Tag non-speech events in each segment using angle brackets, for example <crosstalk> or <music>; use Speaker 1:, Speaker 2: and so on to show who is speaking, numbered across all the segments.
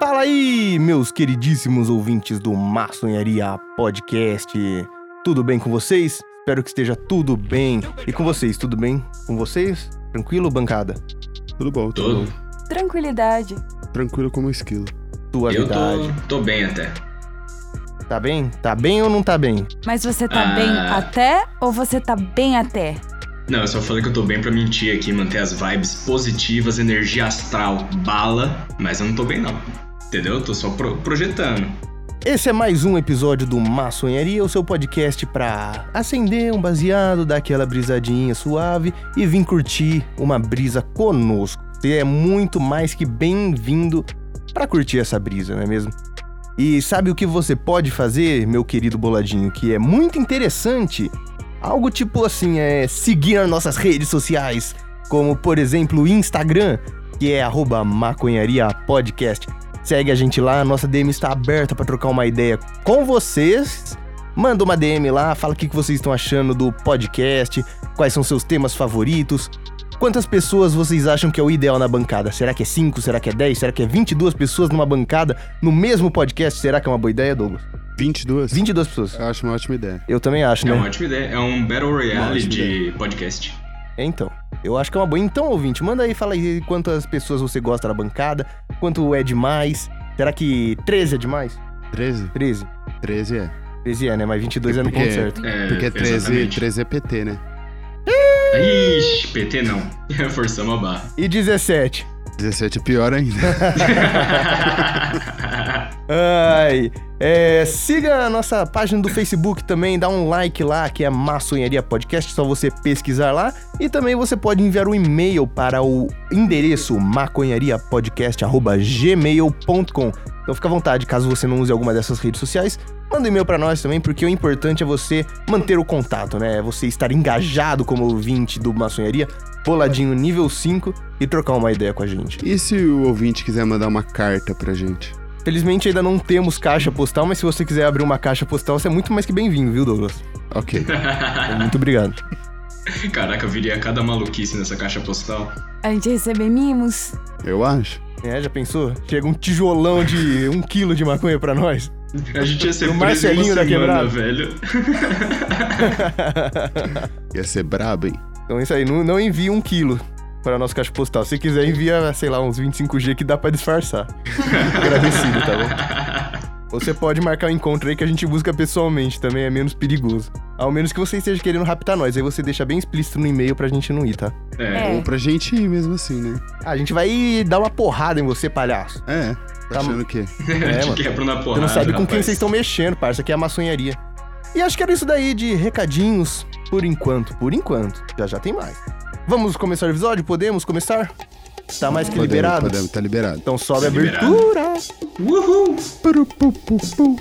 Speaker 1: Fala aí, meus queridíssimos ouvintes do Maçonharia Podcast. Tudo bem com vocês? Espero que esteja tudo bem. E com vocês, tudo bem com vocês? Tranquilo, bancada?
Speaker 2: Tudo bom, tudo,
Speaker 1: Uhum.
Speaker 3: Tudo.
Speaker 2: bom.
Speaker 4: Tranquilidade.
Speaker 2: Tranquilo como um esquilo.
Speaker 3: Eu
Speaker 1: Suavidade.
Speaker 3: tô, tô bem até.
Speaker 1: Tá bem? Tá bem ou não tá bem?
Speaker 4: Mas você tá
Speaker 3: Ah.
Speaker 4: bem até ou você tá bem até?
Speaker 3: Não, eu só falei que eu tô bem pra mentir aqui, manter as vibes positivas, energia astral, bala, mas eu não tô bem não. Entendeu? Eu tô só pro- projetando.
Speaker 1: Esse é mais um episódio do Maçonharia, o seu podcast pra acender um baseado, dar aquela brisadinha suave e vir curtir uma brisa conosco. Você é muito mais que bem-vindo pra curtir essa brisa, não é mesmo? E sabe o que você pode fazer, meu querido boladinho, que é muito interessante? Algo tipo assim, é seguir as nossas redes sociais, como por exemplo o Instagram, que é arroba maconharia podcast. Segue a gente lá, a nossa DM está aberta para trocar uma ideia com vocês. Manda uma DM lá, fala o que que vocês estão achando do podcast, quais são seus temas favoritos, quantas pessoas vocês acham que é o ideal na bancada. Será que é 5? Será que é 10? Será que é 22 pessoas numa bancada no mesmo podcast? Será que é uma boa ideia, Douglas?
Speaker 2: 22?
Speaker 1: 22 pessoas.
Speaker 2: Eu acho uma ótima ideia.
Speaker 1: Eu também acho,
Speaker 3: É uma
Speaker 1: né?
Speaker 3: ótima ideia. É um Battle
Speaker 2: Uma
Speaker 3: Royale
Speaker 2: ótima
Speaker 3: de podcast.
Speaker 1: É, então. Eu acho que é uma boa. Então, ouvinte, manda aí, fala aí quantas pessoas você gosta da bancada, quanto é demais. Será que 13 é demais?
Speaker 2: 13?
Speaker 1: 13.
Speaker 2: 13 é.
Speaker 1: 13 é, né? Mas 22 é no ponto
Speaker 2: Porque-
Speaker 1: certo.
Speaker 3: É,
Speaker 2: Porque 13,
Speaker 3: exatamente.
Speaker 2: 13 é PT, né?
Speaker 3: Ixi, PT não. <laughs> Forçamos a barra.
Speaker 1: E 17.
Speaker 2: 17 é pior
Speaker 1: <laughs>
Speaker 2: ainda.
Speaker 1: Ai. É, siga a nossa página do Facebook também, dá um like lá, que é Maçonharia Podcast, só você pesquisar lá. E também você pode enviar um e-mail para o endereço maconhariapodcast.gmail.com. Então fica à vontade, caso você não use alguma dessas redes sociais, manda um e-mail para nós também, porque o importante é você manter o contato, né? É Você estar engajado como ouvinte do Maçonharia, boladinho nível 5 e trocar uma ideia com a gente.
Speaker 2: E se o ouvinte quiser mandar uma carta pra gente?
Speaker 1: Felizmente ainda não temos caixa postal, mas se você quiser abrir uma caixa postal, você é muito mais que bem-vindo, viu, Douglas?
Speaker 3: <laughs>
Speaker 1: É,
Speaker 2: Ok.
Speaker 1: Muito obrigado.
Speaker 3: <laughs> Caraca, eu viria cada maluquice nessa caixa postal.
Speaker 4: A gente receber mimos?
Speaker 2: Eu acho.
Speaker 1: É, já pensou? Chega um tijolão de um quilo de maconha pra nós.
Speaker 3: A gente ia ser
Speaker 1: O
Speaker 3: preso
Speaker 1: Marcelinho da
Speaker 3: uma semana,
Speaker 1: quebrada.
Speaker 3: velho. <laughs>
Speaker 2: Ia ser brabo, hein?
Speaker 1: Então é isso aí, não, não envie um quilo para nossa caixa postal. Se quiser, envia, sei lá, uns 25G que dá pra disfarçar. Agradecido, tá bom? Você pode marcar um encontro aí que a gente busca pessoalmente, também é menos perigoso. Ao menos que você esteja querendo raptar nós, aí você deixa bem explícito no e-mail pra gente não ir, tá?
Speaker 3: É.
Speaker 2: Ou pra gente ir mesmo assim, né?
Speaker 1: Ah, a gente vai dar uma porrada em você, palhaço.
Speaker 2: É. Tá
Speaker 1: Tá
Speaker 2: achando o quê?
Speaker 3: A gente
Speaker 1: mano.
Speaker 3: quebra na porrada.
Speaker 1: Você não sabe com
Speaker 3: né, rapaz.
Speaker 1: quem vocês estão mexendo, parça, que é a maçonharia. E acho que era isso daí de recadinhos, por enquanto, por enquanto. Já já tem mais. Vamos começar o episódio? Podemos começar? Tá mais que
Speaker 2: Podemos,
Speaker 1: liberado?
Speaker 2: Podemos, tá liberado.
Speaker 1: Então sobe a
Speaker 3: Liberado.
Speaker 1: abertura.
Speaker 3: Uhul!
Speaker 2: Puru, pu, pu, pu.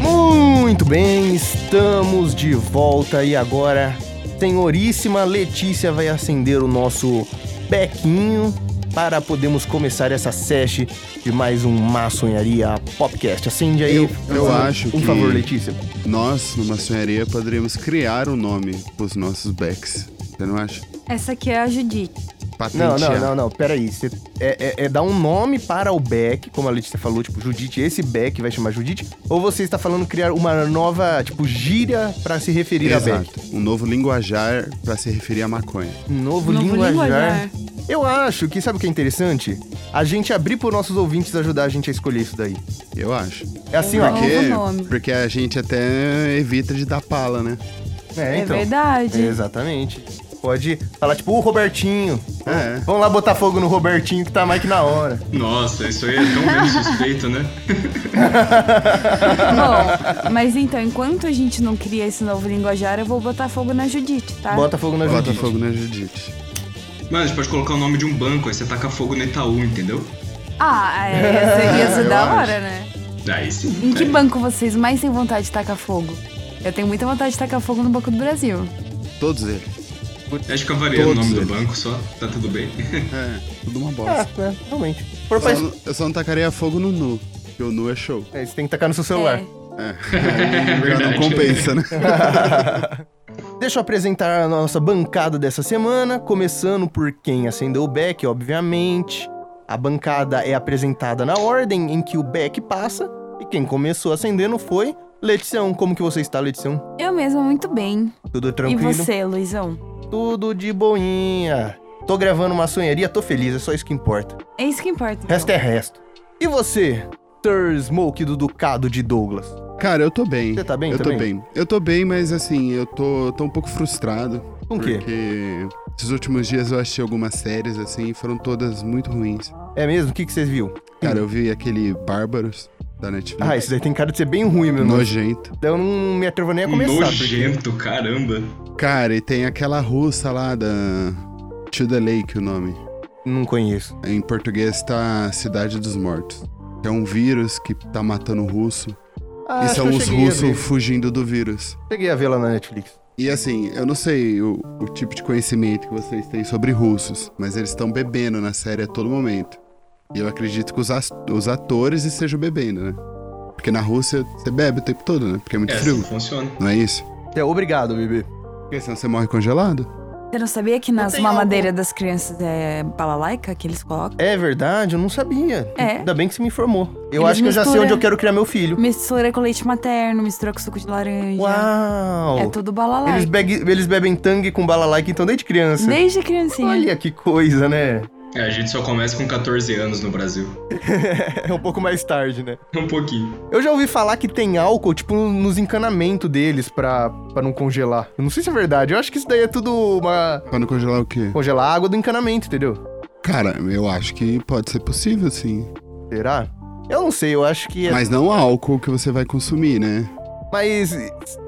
Speaker 1: Muito bem, estamos de volta e agora, senhoríssima Letícia vai acender o nosso bequinho para podermos começar essa sesh de mais um Maçonharia Podcast. Acende aí,
Speaker 2: Eu-
Speaker 1: por
Speaker 2: eu
Speaker 1: favor.
Speaker 2: acho
Speaker 1: Por
Speaker 2: que-
Speaker 1: favor, Letícia.
Speaker 2: Nós, numa sonharia, poderíamos criar um nome pros nossos backs. Você não acha?
Speaker 4: Essa aqui é a Judite.
Speaker 1: Não,
Speaker 2: Patentear.
Speaker 1: não, não, não, peraí. Cê- é, é- é dar um nome para o Beck, como a Letícia falou, tipo, Judite, esse Beck vai chamar Judite, ou você está falando criar uma nova, tipo, gíria para se referir a Beck? Um
Speaker 2: Exato. Um novo linguajar pra se referir à maconha.
Speaker 1: Novo,
Speaker 4: Novo
Speaker 1: linguajar.
Speaker 4: linguajar.
Speaker 1: Eu acho que, sabe o que é interessante? A gente abrir para nossos ouvintes ajudar a gente a escolher isso daí.
Speaker 2: Eu acho.
Speaker 1: É assim, ó.
Speaker 4: Novo
Speaker 2: Porque,
Speaker 4: nome.
Speaker 2: porque a gente até evita de dar pala, né?
Speaker 1: É,
Speaker 4: É
Speaker 1: então.
Speaker 4: verdade.
Speaker 1: Exatamente. Pode falar, tipo, o Robertinho.
Speaker 2: É.
Speaker 1: Vamos lá botar fogo no Robertinho que tá mais que na hora.
Speaker 3: Nossa, isso aí é tão menos suspeito, né? <laughs>
Speaker 4: Bom, mas então, enquanto a gente não cria esse novo linguajar, eu vou botar fogo na Judite, tá?
Speaker 1: Bota fogo na
Speaker 2: Bota
Speaker 1: Judite.
Speaker 2: fogo na Judite.
Speaker 3: Mano, a gente pode colocar o nome de um banco, aí você taca fogo no Itaú, entendeu?
Speaker 4: Ah, é, seria
Speaker 1: <laughs>
Speaker 4: isso
Speaker 2: Eu
Speaker 4: da
Speaker 2: acho.
Speaker 4: hora, né?
Speaker 3: Daí sim.
Speaker 4: Em que
Speaker 3: Daí-
Speaker 4: banco vocês mais têm vontade de tacar fogo? Eu tenho muita vontade de tacar fogo no Banco do Brasil.
Speaker 2: Todos eles.
Speaker 3: Acho que eu avaliei o
Speaker 2: Todos
Speaker 3: nome do
Speaker 2: eles.
Speaker 3: banco só, tá tudo bem.
Speaker 2: É, tudo uma
Speaker 1: Ah,
Speaker 2: bosta.
Speaker 1: é, realmente.
Speaker 2: Eu só,
Speaker 1: Propaz...
Speaker 2: não- eu só não tacaria fogo no nu, porque o nu é show.
Speaker 1: É, você tem que tacar no seu celular.
Speaker 4: É.
Speaker 1: É
Speaker 3: <laughs>
Speaker 2: Aí já não
Speaker 3: É verdade. <laughs>
Speaker 1: <laughs>
Speaker 2: compensa, né?
Speaker 1: Deixa eu apresentar a nossa bancada dessa semana, começando por quem acendeu o Beck, obviamente. A bancada é apresentada na ordem em que o Beck passa, e quem começou acendendo foi Letição. Como que você está, Letição?
Speaker 4: Eu mesma, muito bem.
Speaker 1: Tudo tranquilo?
Speaker 4: E você, Luizão?
Speaker 1: Tudo de boinha. Tô gravando uma sonharia, tô feliz, é só isso que importa.
Speaker 4: É isso que importa. então.
Speaker 1: Resto é resto. E você, Sir Smoke do Ducado de Douglas?
Speaker 2: Cara, eu tô bem.
Speaker 1: Você tá bem
Speaker 2: Eu tô
Speaker 1: também?
Speaker 2: bem. Eu tô bem, mas assim, eu tô, tô um pouco frustrado.
Speaker 1: Com o quê?
Speaker 2: Porque esses últimos dias eu achei algumas séries, assim, e foram todas muito ruins.
Speaker 1: É mesmo? O que, que vocês viu?
Speaker 2: Cara, eu vi aquele Bárbaros da Netflix.
Speaker 1: Hum. Ah, isso daí tem cara de ser bem ruim, meu nojo.
Speaker 2: Nojento.
Speaker 1: Então eu não me atrevo nem a começar. porque-
Speaker 3: Nojento, caramba.
Speaker 2: Cara, e tem aquela russa lá da. To the Lake, o nome.
Speaker 1: Não conheço.
Speaker 2: Em português tá Cidade dos Mortos. Que é um vírus que tá matando o russo.
Speaker 1: Ah,
Speaker 2: e
Speaker 1: acho
Speaker 2: são
Speaker 1: que eu
Speaker 2: os
Speaker 1: cheguei a ver.
Speaker 2: é russos fugindo do vírus.
Speaker 1: Cheguei a ver lá na Netflix.
Speaker 2: E assim, eu não sei o, o tipo de conhecimento que vocês têm sobre russos, mas eles estão bebendo na série a todo momento. E eu acredito que os, as- os atores estejam bebendo, né? Porque na Rússia você bebe o tempo todo, né? Porque é muito
Speaker 3: É assim
Speaker 2: frio,
Speaker 3: que funciona.
Speaker 2: não é isso?
Speaker 1: É, obrigado, bebê.
Speaker 2: Porque senão você morre congelado.
Speaker 4: Você não sabia que nas
Speaker 1: tenho
Speaker 4: mamadeiras das crianças é balalaica que eles colocam?
Speaker 1: É verdade, eu não sabia.
Speaker 4: É.
Speaker 1: Ainda bem que você me informou. Eu
Speaker 4: Eles
Speaker 1: acho que eu já sei
Speaker 4: misturam.
Speaker 1: onde eu quero criar meu filho.
Speaker 4: Mistura com leite materno, mistura com suco de laranja.
Speaker 1: Uau!
Speaker 4: É tudo balalaica.
Speaker 1: eles, begue- eles bebem tangue com balalaika, então desde criança.
Speaker 4: Desde criancinha.
Speaker 1: Olha que coisa, né?
Speaker 3: É, a gente só começa com 14 anos no Brasil.
Speaker 1: É um pouco mais tarde, né?
Speaker 3: Um pouquinho.
Speaker 1: Eu já ouvi falar que tem álcool, tipo, nos encanamentos deles pra, pra não congelar. Eu não sei se é verdade. Eu acho que isso daí é tudo uma.
Speaker 2: Pra não congelar o quê?
Speaker 1: congelar a água do encanamento, entendeu?
Speaker 2: Cara, eu acho que pode ser possível, sim.
Speaker 1: Será? Eu não sei, eu acho que é.
Speaker 2: Mas não o álcool que você vai consumir, né?
Speaker 1: Mas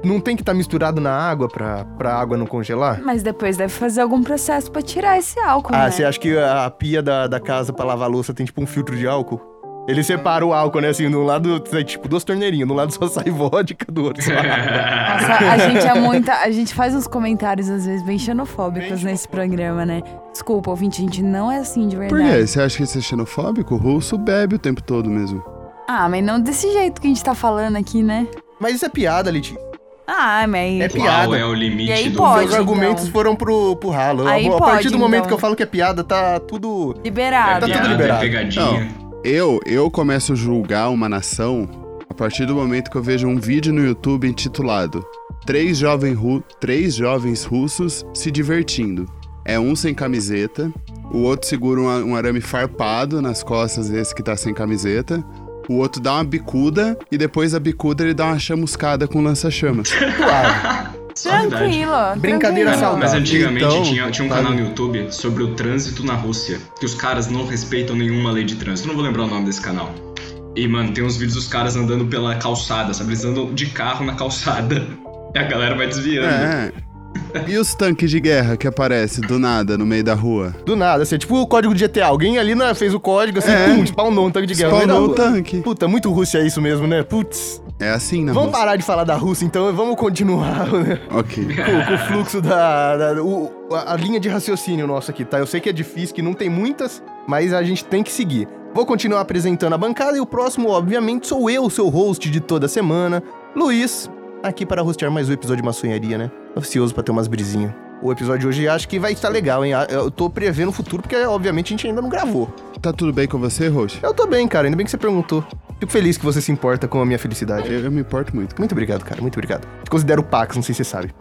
Speaker 1: não tem que estar misturado na água pra, pra água não congelar?
Speaker 4: Mas depois deve fazer algum processo pra tirar esse álcool,
Speaker 1: ah,
Speaker 4: né?
Speaker 1: você acha que a pia da, da casa pra lavar a louça tem tipo um filtro de álcool? Ele separa o álcool, né? Assim, de um lado sai tipo duas torneirinhas, de um lado só sai <laughs> vodka, do outro só água.
Speaker 4: Nossa, a gente é muita. A gente faz uns comentários, às vezes, bem xenofóbicos nesse programa, né? Desculpa, ouvinte, a gente não é assim de
Speaker 2: Por
Speaker 4: verdade.
Speaker 2: quê? Você acha que isso é xenofóbico? O russo bebe o tempo todo mesmo.
Speaker 4: Ah, mas não desse jeito que a gente tá falando aqui, né?
Speaker 1: Mas isso é piada, Leti.
Speaker 4: Ah, mas.
Speaker 1: É
Speaker 3: Qual
Speaker 1: piada.
Speaker 3: é o
Speaker 4: E
Speaker 3: limite
Speaker 4: aí
Speaker 3: do
Speaker 4: pode.
Speaker 1: Os argumentos
Speaker 4: então.
Speaker 1: foram pro, pro ralo.
Speaker 4: Aí
Speaker 1: a, a partir
Speaker 4: pode,
Speaker 1: do momento
Speaker 4: então.
Speaker 1: que eu falo que é piada, tá tudo.
Speaker 3: É
Speaker 4: Liberado.
Speaker 1: Tá tudo
Speaker 3: piada,
Speaker 1: liberado.
Speaker 3: é pegadinha.
Speaker 2: Eu, eu começo a julgar uma nação a partir do momento que eu vejo um vídeo no YouTube intitulado Três, jovem ru- Três jovens russos se divertindo. É um sem camiseta, o outro segura um, a- um arame farpado nas costas desse que tá sem camiseta, o outro dá uma bicuda e depois da bicuda ele dá uma chamuscada com lança-chamas.
Speaker 1: Claro.
Speaker 3: Só verdade.
Speaker 4: Tranquilo.
Speaker 1: Brincadeira
Speaker 4: tranquilo.
Speaker 1: saudável.
Speaker 3: É, Mas antigamente
Speaker 2: Então,
Speaker 3: tinha, tinha um
Speaker 2: tá.
Speaker 3: canal no YouTube sobre o trânsito na Rússia, que os caras não respeitam nenhuma lei de trânsito. Não vou lembrar o nome desse canal. E, mano, tem uns vídeos dos caras andando pela calçada, sabe? Eles andam de carro na calçada. <laughs> E a galera vai desviando.
Speaker 2: É. E os tanques de guerra que aparecem do nada no meio da rua?
Speaker 1: Do nada, assim, é tipo o código de GTA. Alguém ali né, fez o código, assim,
Speaker 2: É.
Speaker 1: pum, spawnou um tanque de guerra. no meio da
Speaker 2: Spawnou o
Speaker 1: rua.
Speaker 2: tanque.
Speaker 1: Puta, muito Rússia é isso mesmo, né? Putz.
Speaker 2: É assim na
Speaker 1: Vamos
Speaker 2: Rússia.
Speaker 1: parar de falar da Rússia, então, e vamos continuar <laughs> né,
Speaker 2: Ok.
Speaker 1: com, com o fluxo da. da- o- a, a linha de raciocínio nossa aqui, tá? Eu sei que é difícil, que não tem muitas, mas a gente tem que seguir. Vou continuar apresentando a bancada e o próximo, obviamente, sou eu, seu host de toda semana, Luiz, aqui para hostear mais um episódio de maçonharia, né? Ansioso pra ter umas brisinhas. O episódio de hoje acho que vai estar legal, hein? Ah, Eu tô prevendo o futuro, porque obviamente a gente ainda não gravou.
Speaker 2: Tá tudo bem com você, Roxo?
Speaker 1: Eu tô bem, cara, ainda bem que você perguntou. Fico feliz que você se importa com a minha felicidade.
Speaker 2: Eu, eu me importo muito.
Speaker 1: Muito obrigado, cara. Muito obrigado. Te considero pacas, não sei se você
Speaker 3: <laughs>
Speaker 1: sabe.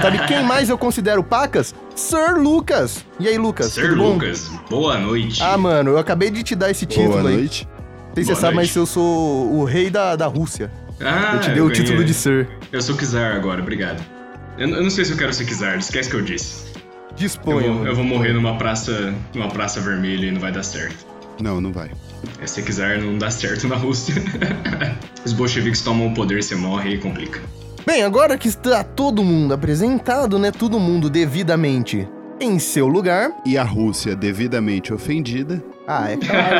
Speaker 1: sabe quem mais eu considero pacas? Sir Lucas. E aí, Lucas?
Speaker 3: Sir
Speaker 1: é tudo bom?
Speaker 3: Lucas, boa noite.
Speaker 1: Ah, mano, eu acabei de te dar esse título
Speaker 2: Boa
Speaker 1: aí.
Speaker 2: noite.
Speaker 1: Não sei se
Speaker 3: Boa
Speaker 1: você sabe,
Speaker 3: noite.
Speaker 1: mas eu sou o rei da, da Rússia.
Speaker 3: Ah,
Speaker 1: eu te dei o
Speaker 3: ganhei.
Speaker 1: título de Sir.
Speaker 3: Eu sou Kizar agora, obrigado. Eu, eu não sei se eu quero ser Kizar, esquece que eu disse. Eu
Speaker 1: Disponha.
Speaker 3: vou,
Speaker 1: mano.
Speaker 3: eu vou morrer numa praça, numa praça vermelha e não vai dar certo.
Speaker 2: Não, não vai.
Speaker 3: É, Se quiser, não dá certo na Rússia. <laughs> Os bolcheviques tomam o poder, você morre e complica.
Speaker 1: Bem, agora que está todo mundo apresentado, né? Todo mundo devidamente em seu lugar.
Speaker 2: E a Rússia, devidamente ofendida,
Speaker 1: Ah, é claro.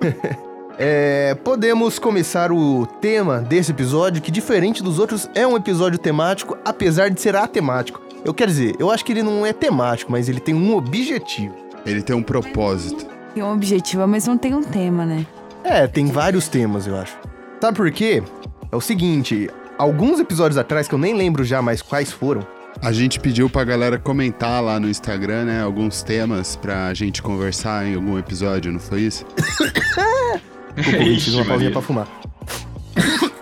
Speaker 1: né? <laughs> É, podemos começar o tema desse episódio, que diferente dos outros, é um episódio temático, apesar de ser atemático. Eu quero dizer, eu acho que ele não é temático, mas ele tem um objetivo.
Speaker 2: Ele tem um propósito.
Speaker 4: Tem um objetivo, mas não tem um tema, né?
Speaker 1: É, tem vários temas, eu acho. Sabe por quê? É o seguinte, alguns episódios atrás, que eu nem lembro já mais quais foram,
Speaker 2: A gente pediu pra galera comentar lá no Instagram, né? Alguns temas pra gente conversar em algum episódio, não foi isso?
Speaker 1: Desculpa, ouvinte, fiz
Speaker 3: <laughs> Ixi,
Speaker 1: uma pausinha
Speaker 3: É Maria.
Speaker 1: pra fumar.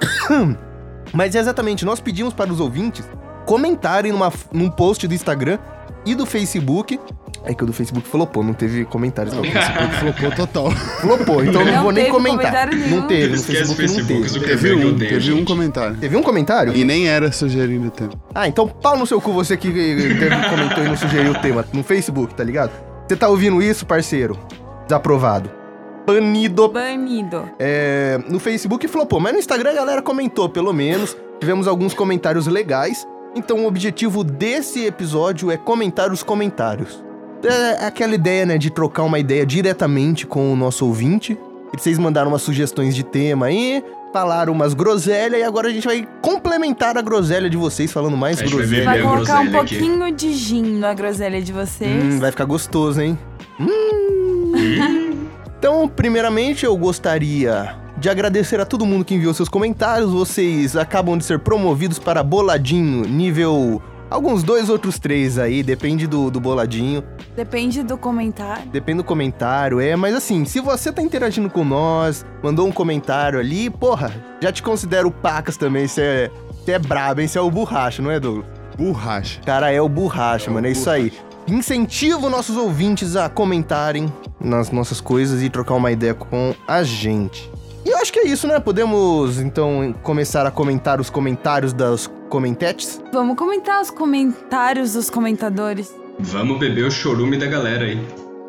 Speaker 1: <coughs> Mas é exatamente, nós pedimos para os ouvintes comentarem numa, num post do Instagram e do Facebook. É que o do Facebook flopou, não teve comentários. Não.
Speaker 2: Flopou total.
Speaker 1: Flopou, então eu não,
Speaker 4: Não
Speaker 1: vou nem
Speaker 4: teve
Speaker 1: comentar.
Speaker 4: comentário nenhum.
Speaker 1: Não teve, no
Speaker 3: Esquece o
Speaker 1: Facebook não
Speaker 3: Facebook, né?
Speaker 1: teve.
Speaker 2: Teve
Speaker 3: Zuckerberg
Speaker 2: um,
Speaker 3: odeia.
Speaker 2: teve um
Speaker 3: gente.
Speaker 2: comentário.
Speaker 1: Teve um comentário?
Speaker 2: E nem era sugerindo o tema.
Speaker 1: Ah, então pau no seu cu você que teve- comentou e não sugeriu o tema no Facebook, tá ligado? Você tá ouvindo isso, parceiro? Desaprovado. Banido.
Speaker 4: Banido.
Speaker 1: É, no Facebook flopou, mas no Instagram a galera comentou, pelo menos. Tivemos alguns comentários legais. Então o objetivo desse episódio é comentar os comentários. É aquela ideia, né, de trocar uma ideia diretamente com o nosso ouvinte. E vocês mandaram umas sugestões de tema aí, falaram umas groselhas, e agora a gente vai complementar a groselha de vocês falando mais
Speaker 3: A gente vai
Speaker 1: groselha.
Speaker 3: beber
Speaker 4: Vai
Speaker 3: a
Speaker 4: colocar um
Speaker 3: groselha aqui.
Speaker 4: pouquinho de gin na groselha de vocês.
Speaker 1: Hum, vai ficar gostoso, hein? Hum. então, primeiramente, eu gostaria de agradecer a todo mundo que enviou seus comentários. Vocês acabam de ser promovidos para boladinho, nível. Alguns dois, outros três aí, depende do, do boladinho,
Speaker 4: Depende do comentário.
Speaker 1: depende do comentário, é. Mas assim, se você tá interagindo com nós, mandou um comentário ali, porra, já te considero pacas também, você é, você é brabo, hein? Você é o borracha, não é, Douglas?
Speaker 2: Borracha.
Speaker 1: Cara, é o borracha,
Speaker 2: É o
Speaker 1: mano. É isso aí. Incentiva nossos ouvintes a comentarem nas nossas coisas e trocar uma ideia com a gente. E eu acho que é isso, né? Podemos, então, começar a comentar os comentários das comentetes. <laughs>
Speaker 4: Vamos comentar os comentários dos comentadores.
Speaker 3: Vamos beber o chorume da galera aí.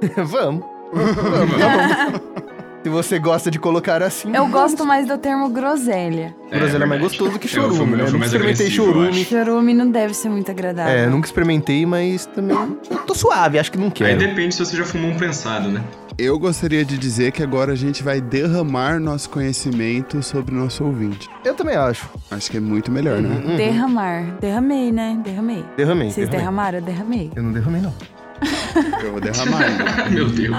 Speaker 3: É,
Speaker 1: Vamos.
Speaker 3: <laughs>
Speaker 1: Vamos. vamos. Se você gosta de colocar assim.
Speaker 4: Eu gosto mais do termo groselha.
Speaker 1: O Brasil é, mais
Speaker 3: verdade.
Speaker 1: gostoso que
Speaker 3: É, eu fui-
Speaker 1: chorume,
Speaker 3: eu
Speaker 1: né? Eu
Speaker 3: fui
Speaker 1: nunca
Speaker 3: mais
Speaker 1: experimentei
Speaker 3: agressivo, eu
Speaker 1: chorume.
Speaker 4: Chorume não deve ser muito agradável.
Speaker 1: É, nunca experimentei, mas também. Eu tô suave, acho que é. não
Speaker 3: Aí
Speaker 1: quero.
Speaker 3: depende se você já fumou um prensado, né?
Speaker 2: Eu gostaria de dizer que agora a gente vai derramar nosso conhecimento sobre o nosso ouvinte.
Speaker 1: Eu também acho.
Speaker 2: Acho que é muito melhor, né?
Speaker 1: Uhum.
Speaker 4: Derramar. Derramei, né? Derramei.
Speaker 1: Derramei.
Speaker 4: Vocês
Speaker 1: derramei.
Speaker 4: derramaram? Eu derramei.
Speaker 1: Eu não derramei, não.
Speaker 2: Eu vou
Speaker 3: <laughs>
Speaker 2: derramar. ainda.
Speaker 3: Meu Deus.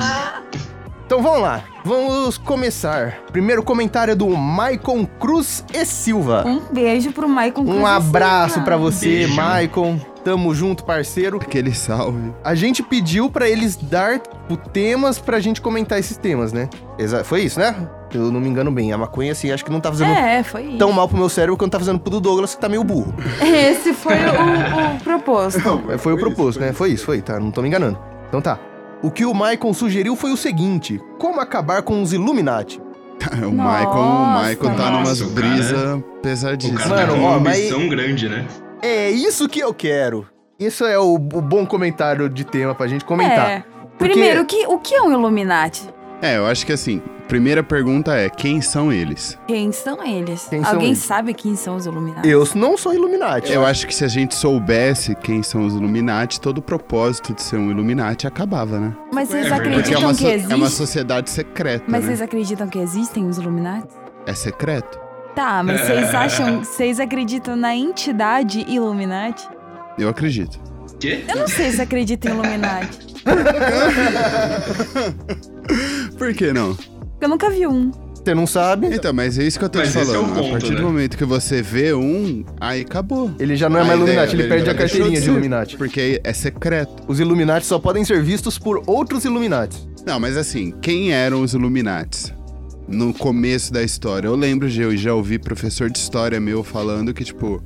Speaker 1: Então vamos lá, vamos começar. Primeiro comentário é do Maicon Cruz e Silva.
Speaker 4: Um beijo pro Maicon Cruz
Speaker 1: Um
Speaker 4: e
Speaker 1: abraço
Speaker 4: Silva.
Speaker 1: pra você,
Speaker 3: Beijo.
Speaker 1: Maicon. Tamo junto, parceiro.
Speaker 2: Aquele salve.
Speaker 1: A gente pediu pra eles dar tipo, temas pra gente comentar esses temas, né? Exa- Foi isso, né? Eu não me engano bem. A maconha, assim, acho que não tá fazendo
Speaker 4: É, foi isso.
Speaker 1: tão mal pro meu cérebro quanto tá fazendo pro do Douglas, que tá meio burro.
Speaker 4: Esse foi o,
Speaker 1: <laughs>
Speaker 4: o proposto.
Speaker 1: É, Foi o proposto, né? Foi isso, foi, tá? Não tô me enganando. Então tá. O que o Maicon sugeriu foi o seguinte: como acabar com os Illuminati?
Speaker 2: É O Michael, o Michael
Speaker 3: Nossa,
Speaker 2: tá numas
Speaker 3: o cara-
Speaker 2: brisa
Speaker 3: O
Speaker 2: pesadíssimas.
Speaker 3: cara
Speaker 1: Mano,
Speaker 3: tá com
Speaker 1: ó,
Speaker 3: uma
Speaker 1: mas-
Speaker 3: ambição grande, né?
Speaker 1: É isso que eu quero. Isso é o, o bom comentário de tema pra gente comentar.
Speaker 4: É.
Speaker 1: Porque-
Speaker 4: Primeiro, o que, o que é um Illuminati?
Speaker 2: É, eu acho que assim, primeira pergunta é: quem são eles?
Speaker 4: Quem são eles?
Speaker 1: Quem são
Speaker 4: Alguém
Speaker 1: eles?
Speaker 4: sabe quem são os Illuminati?
Speaker 1: Eu não sou Illuminati.
Speaker 2: Eu acho que se a gente soubesse quem são os Illuminati, todo o propósito de ser um Illuminati acabava, né?
Speaker 4: Mas vocês
Speaker 3: É verdade.
Speaker 2: Porque é
Speaker 4: acreditam
Speaker 2: uma,
Speaker 4: que
Speaker 2: so- é uma
Speaker 4: existe?
Speaker 2: sociedade secreta.
Speaker 4: Mas
Speaker 2: né?
Speaker 4: vocês acreditam que existem os Illuminati?
Speaker 2: É secreto.
Speaker 4: Tá,
Speaker 3: É.
Speaker 4: mas vocês acham, vocês acreditam na entidade Illuminati?
Speaker 2: Eu acredito.
Speaker 3: Quê?
Speaker 4: Eu não sei se acreditam em Illuminati.
Speaker 2: Por que não?
Speaker 4: Eu nunca vi um.
Speaker 1: Você não sabe,
Speaker 2: Então, mas é isso que eu tô
Speaker 3: Mas
Speaker 2: te
Speaker 3: esse é o
Speaker 2: falando.
Speaker 3: ponto,
Speaker 2: a partir
Speaker 3: né?
Speaker 2: do momento que você vê um, aí acabou.
Speaker 1: ele já não é
Speaker 2: A
Speaker 1: mais
Speaker 2: ideia
Speaker 1: Illuminati, ele
Speaker 2: dele
Speaker 1: perde
Speaker 2: já
Speaker 1: a carteirinha de
Speaker 2: deixou ser,
Speaker 1: Illuminati.
Speaker 2: Porque aí é secreto.
Speaker 1: Os Illuminati só podem ser vistos por outros Illuminati.
Speaker 2: Não, mas assim, quem eram os Illuminates? No começo da história. Eu lembro, de eu já ouvi professor de história meu falando que, tipo,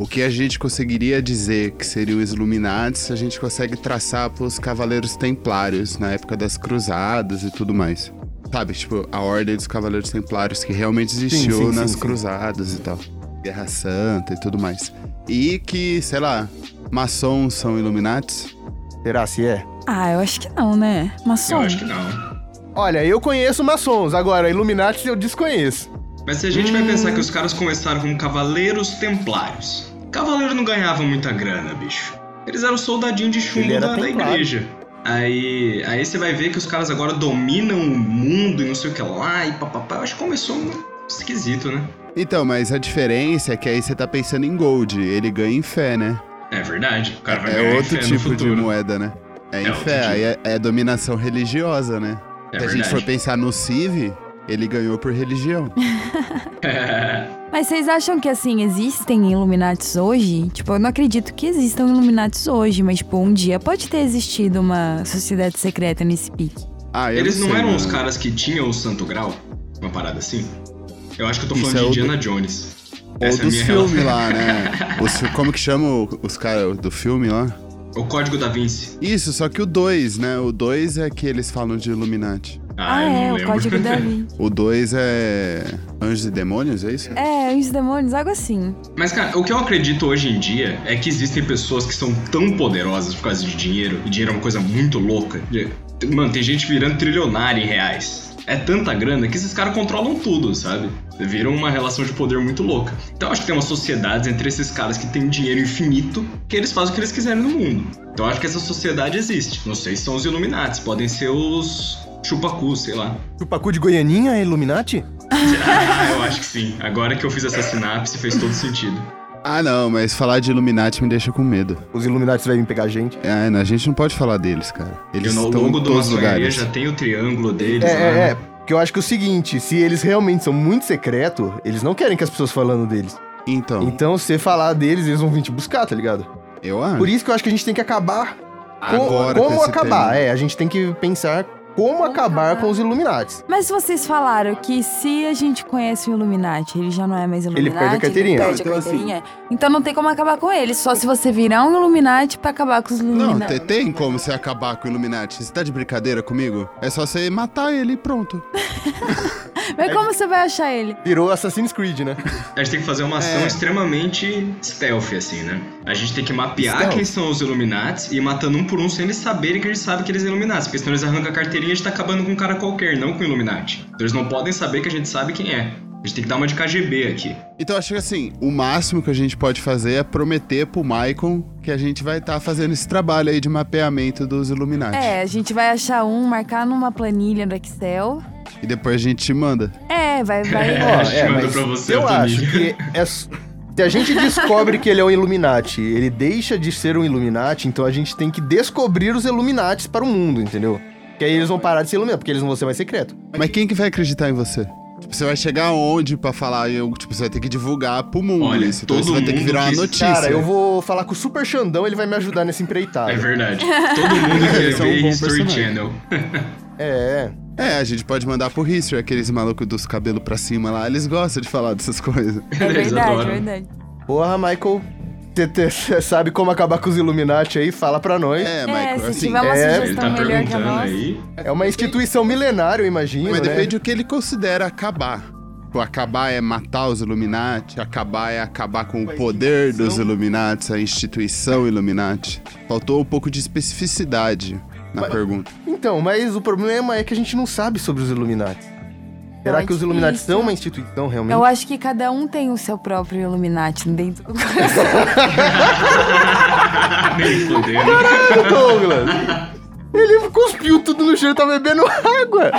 Speaker 2: o que a gente conseguiria dizer que seriam os Illuminates, a gente consegue traçar pros Cavaleiros Templários, na época das Cruzadas e tudo mais. Sabe, tipo, a Ordem dos Cavaleiros Templários, que realmente existiu
Speaker 1: sim, sim,
Speaker 2: nas
Speaker 1: sim.
Speaker 2: Cruzadas e tal. Guerra Santa e tudo mais. E que, sei lá, maçons são Illuminates?
Speaker 1: Será se é?
Speaker 4: Ah, eu acho que não, né?
Speaker 3: Eu
Speaker 1: um
Speaker 4: Maçom.
Speaker 3: acho que não.
Speaker 1: Olha, eu conheço maçons, agora Illuminati eu desconheço.
Speaker 3: Mas se a gente vai pensar
Speaker 2: Hum.
Speaker 3: que os caras começaram como cavaleiros templários. Cavaleiro não ganhava muita grana, bicho. Eles eram soldadinho de
Speaker 1: Ele
Speaker 3: chumbo
Speaker 1: era
Speaker 3: da, da
Speaker 1: templário.
Speaker 3: igreja. Aí, aí você vai ver que os caras agora dominam o mundo e não sei o que lá, e papapá. Eu acho que começou um esquisito, né?
Speaker 2: Então, mas a diferença é que aí você tá pensando em gold, ele ganha em fé, né?
Speaker 3: É verdade. O cara vai ganhar
Speaker 2: É
Speaker 3: em
Speaker 2: outro
Speaker 3: fé no
Speaker 2: tipo de
Speaker 3: futuro.
Speaker 2: moeda, né? É em
Speaker 3: É outro
Speaker 2: fé,
Speaker 3: tipo.
Speaker 2: aí é, é dominação religiosa, né?
Speaker 3: É
Speaker 2: Se a gente
Speaker 3: verdade.
Speaker 2: for
Speaker 3: <laughs>
Speaker 2: pensar no Civ, ele ganhou por religião.
Speaker 4: Mas vocês acham que, assim, existem Illuminatis hoje? Tipo, eu não acredito que existam Illuminatis hoje, mas, tipo, um dia pode ter existido uma sociedade secreta nesse pique.
Speaker 2: Ah, eu
Speaker 3: Eles não
Speaker 2: sei,
Speaker 3: eram
Speaker 2: mano.
Speaker 3: os caras que tinham o Santo Grau? Uma parada assim? Eu acho que eu tô
Speaker 2: Isso
Speaker 3: falando
Speaker 2: é
Speaker 3: de
Speaker 2: o do-
Speaker 3: Indiana Jones.
Speaker 2: Ou
Speaker 3: Essa é a
Speaker 2: dos
Speaker 3: minha
Speaker 2: filmes
Speaker 3: relação. <laughs>
Speaker 2: lá, né? Os fi- como que chama o- os caras do filme lá?
Speaker 3: <laughs> O Código da Vinci.
Speaker 2: Isso, só que o 2, né? O 2 é que eles falam de Illuminati.
Speaker 4: Ah,
Speaker 3: eu não
Speaker 4: é, o
Speaker 3: lembro.
Speaker 4: Código
Speaker 3: <laughs>
Speaker 4: da Vinci.
Speaker 2: O 2 é. Anjos e Demônios, é isso?
Speaker 4: É, os demônios, algo assim.
Speaker 3: Mas, cara, o que eu acredito hoje em dia é que existem pessoas que são tão poderosas por causa de dinheiro, e dinheiro é uma coisa muito louca. De- Mano, tem gente virando trilionária em reais. É tanta grana que esses caras controlam tudo, sabe? Viram uma relação de poder muito louca. Então eu acho que tem uma sociedade entre esses caras que têm dinheiro infinito, que eles fazem o que eles quiserem no mundo. Então eu acho que essa sociedade existe. Não sei se são os Illuminati, podem ser os Chupacus, sei lá. <laughs>
Speaker 1: Chupacu de Goianinha é Illuminati?
Speaker 3: Ah, eu acho que sim. Agora que eu fiz essa sinapse, fez todo sentido.
Speaker 2: Ah, não, mas falar de Illuminati me deixa com medo.
Speaker 1: Os Illuminati vai vir pegar a gente.
Speaker 2: É, a gente não pode falar deles, cara. Eles
Speaker 3: E o
Speaker 2: estão
Speaker 3: logo
Speaker 2: em
Speaker 3: do
Speaker 2: todos os
Speaker 3: maçonharia
Speaker 2: lugares.
Speaker 3: já tem o triângulo deles.
Speaker 1: É,
Speaker 3: lá,
Speaker 1: é, é.
Speaker 3: né?
Speaker 1: Porque eu acho que é o seguinte, se eles realmente são muito secreto, eles não querem que as pessoas falando deles.
Speaker 2: Então,
Speaker 1: Então, se você falar deles, eles vão vir te buscar, tá ligado?
Speaker 2: eu acho.
Speaker 1: Por isso que eu acho que a gente tem que acabar. com-
Speaker 2: Ah. Agora
Speaker 1: como
Speaker 2: com esse
Speaker 1: acabar?
Speaker 2: tema.
Speaker 1: É, a gente tem que pensar como acabar
Speaker 4: acabar.
Speaker 1: com os Illuminati.
Speaker 4: Mas vocês falaram que se a gente conhece o Illuminati, ele já não é mais Illuminati.
Speaker 1: perde a carteirinha.
Speaker 4: perde a
Speaker 2: Então, assim-
Speaker 4: carteirinha. Então não tem como acabar com ele, só se você virar um Illuminati pra acabar com os
Speaker 2: Não,
Speaker 4: Illuminati.
Speaker 2: te- tem como você acabar com o Illuminati. Você tá de brincadeira comigo? É só você matar ele e pronto.
Speaker 4: Mas como você vai achar ele?
Speaker 1: Virou Assassin's Creed, né?
Speaker 3: A gente tem que fazer uma ação
Speaker 2: É.
Speaker 3: extremamente stealth, assim, né? A gente tem que mapear
Speaker 2: Stealth.
Speaker 3: quem são os Illuminati e ir matando um por um sem eles saberem que a gente sabe que eles são Illuminati. Porque senão eles arrancam a carteirinha e a gente tá acabando com um cara qualquer, não com o Illuminati. Então eles não podem saber que a gente sabe quem é. A gente tem que dar uma de KGB aqui.
Speaker 2: Então acho que assim, o máximo que a gente pode fazer é prometer pro Maicon que a gente vai estar fazendo esse trabalho aí de mapeamento dos Illuminati.
Speaker 4: É, a gente vai achar um, marcar numa planilha do Excel.
Speaker 2: E depois a gente te manda.
Speaker 4: É, vai, vai.
Speaker 1: <laughs> Ó, é,
Speaker 3: a gente manda pra você,
Speaker 1: eu
Speaker 3: Toninho.
Speaker 1: acho que é s- se a gente descobre que ele é um Illuminati, ele deixa de ser um Illuminati, então a gente tem que descobrir os Illuminatis para o mundo, entendeu? Que aí eles vão parar de ser Illuminati, porque eles não vão ser mais secreto.
Speaker 2: Mas quem que vai acreditar em você? Tipo, você vai chegar onde pra falar? Eu, tipo, você vai ter que divulgar pro mundo
Speaker 3: Olha,
Speaker 2: isso. Então
Speaker 3: todo
Speaker 2: você vai ter que
Speaker 3: mundo
Speaker 2: virar uma
Speaker 3: que-
Speaker 2: notícia.
Speaker 1: Cara, eu vou falar com o Super Xandão, ele vai me ajudar nessa empreitada.
Speaker 3: É
Speaker 2: <laughs>
Speaker 3: verdade. Todo mundo quer
Speaker 2: Ah, Eles são um
Speaker 3: ver
Speaker 2: bom
Speaker 3: History
Speaker 2: personagem.
Speaker 3: Channel.
Speaker 1: É,
Speaker 2: É, a gente pode mandar pro History, aqueles malucos dos cabelos pra cima lá. Eles gostam de falar dessas coisas.
Speaker 4: É
Speaker 3: Eles
Speaker 4: verdade, é
Speaker 3: adoram.
Speaker 4: verdade.
Speaker 1: é. Porra, Michael, você sabe como acabar com os Illuminati aí? Fala pra nós. É,
Speaker 2: É,
Speaker 4: É,
Speaker 2: Maicon,
Speaker 4: se
Speaker 2: assim.
Speaker 4: tiver uma
Speaker 1: é,
Speaker 3: Ele
Speaker 4: sugestão
Speaker 3: tá
Speaker 4: melhor que a
Speaker 3: perguntando
Speaker 4: nossa.
Speaker 3: aí.
Speaker 1: uma instituição milenária, eu imagino,
Speaker 2: Mas
Speaker 1: né?
Speaker 2: depende do que ele considera acabar. Tipo, acabar é matar os Illuminati, acabar é acabar com o poder dos Illuminati, a instituição Illuminati. Faltou um pouco de especificidade na pergunta.
Speaker 1: Então, mas o problema é que a gente não sabe sobre os Illuminati. Será
Speaker 4: é
Speaker 1: que os Illuminati
Speaker 4: difícil.
Speaker 1: são uma instituição realmente?
Speaker 4: Eu acho que cada um tem o seu próprio Illuminati dentro do coração.
Speaker 3: Nem
Speaker 2: <laughs>
Speaker 3: fudendo.
Speaker 1: Ô, Douglas! Ele cuspiu tudo no chão e tá bebendo água!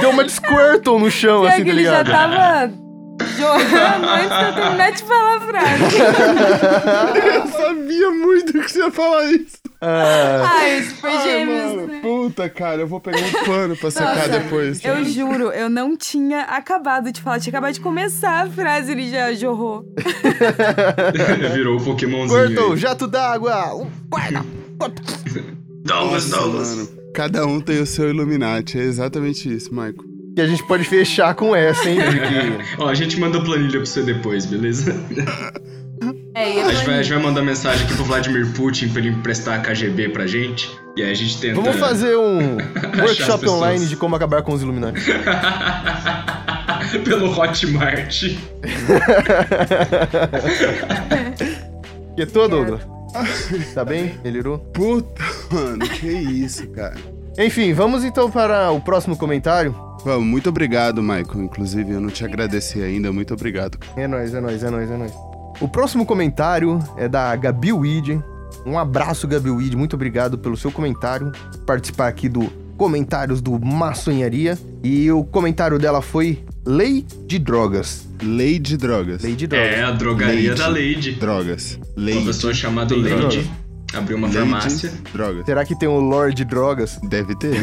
Speaker 1: Deu uma de Squirtle no chão,
Speaker 4: Pior
Speaker 1: assim,
Speaker 4: que
Speaker 1: tá
Speaker 4: ele já
Speaker 1: ligado?
Speaker 4: tava <laughs> jorrando antes de eu terminar de falar a frase.
Speaker 2: Eu sabia muito que você ia falar isso.
Speaker 1: Ah,
Speaker 4: Ai, super
Speaker 2: Ai,
Speaker 4: gêmeos. né?
Speaker 2: mano, puta, cara, eu vou pegar um <laughs> pano pra secar
Speaker 4: Nossa,
Speaker 2: depois.
Speaker 4: Eu juro, eu não tinha acabado de falar, tinha acabado de começar a frase, ele já jorrou.
Speaker 3: <laughs> Virou o Pokémonzinho.
Speaker 1: Squirtle,
Speaker 3: aí.
Speaker 1: jato d'água!
Speaker 3: Douglas,
Speaker 2: Nossa,
Speaker 3: Douglas.
Speaker 2: mano, Cada um tem o seu Illuminati, é exatamente isso, Maico.
Speaker 1: E a gente pode fechar com essa, hein?
Speaker 2: <laughs>
Speaker 1: Porque...
Speaker 3: Ó, a gente manda a planilha pra você depois, beleza?
Speaker 4: É, e
Speaker 3: A gente, vai, a gente vai mandar mensagem aqui pro Vladimir Putin pra ele emprestar a KGB pra gente. E aí a gente tenta.
Speaker 1: Vamos fazer um
Speaker 3: Achar as
Speaker 1: workshop
Speaker 3: pessoas.
Speaker 1: online de como acabar com os Illuminati.
Speaker 3: <laughs> Pelo Hotmart.
Speaker 1: Que todo, Douglas? Tá bem? Melhorou?
Speaker 2: Puta, <laughs> mano, que isso, cara.
Speaker 1: Enfim, vamos então para o próximo comentário.
Speaker 2: Vamos, muito obrigado, Maicon. Inclusive, eu não te agradeci ainda, muito obrigado.
Speaker 1: É nóis, é nóis, é nóis, é nóis. O próximo comentário é da Gabi Weed. Um abraço, Gabi Weed. Muito obrigado pelo seu comentário. Participar aqui do Comentários do Maçonharia. E o comentário dela foi Lei de Drogas.
Speaker 2: Lei de drogas.
Speaker 1: Lei de drogas.
Speaker 3: É, a drogaria
Speaker 2: Lady.
Speaker 3: da Lady.
Speaker 2: Drogas. Lei
Speaker 3: Uma
Speaker 2: de
Speaker 3: pessoa chamada
Speaker 1: Tem
Speaker 3: Lady
Speaker 1: droga?
Speaker 3: abriu uma
Speaker 2: Lei de
Speaker 3: farmácia.
Speaker 2: Drogas.
Speaker 1: Será que tem o Lord
Speaker 2: <laughs>
Speaker 1: Drogas?
Speaker 2: Deve ter.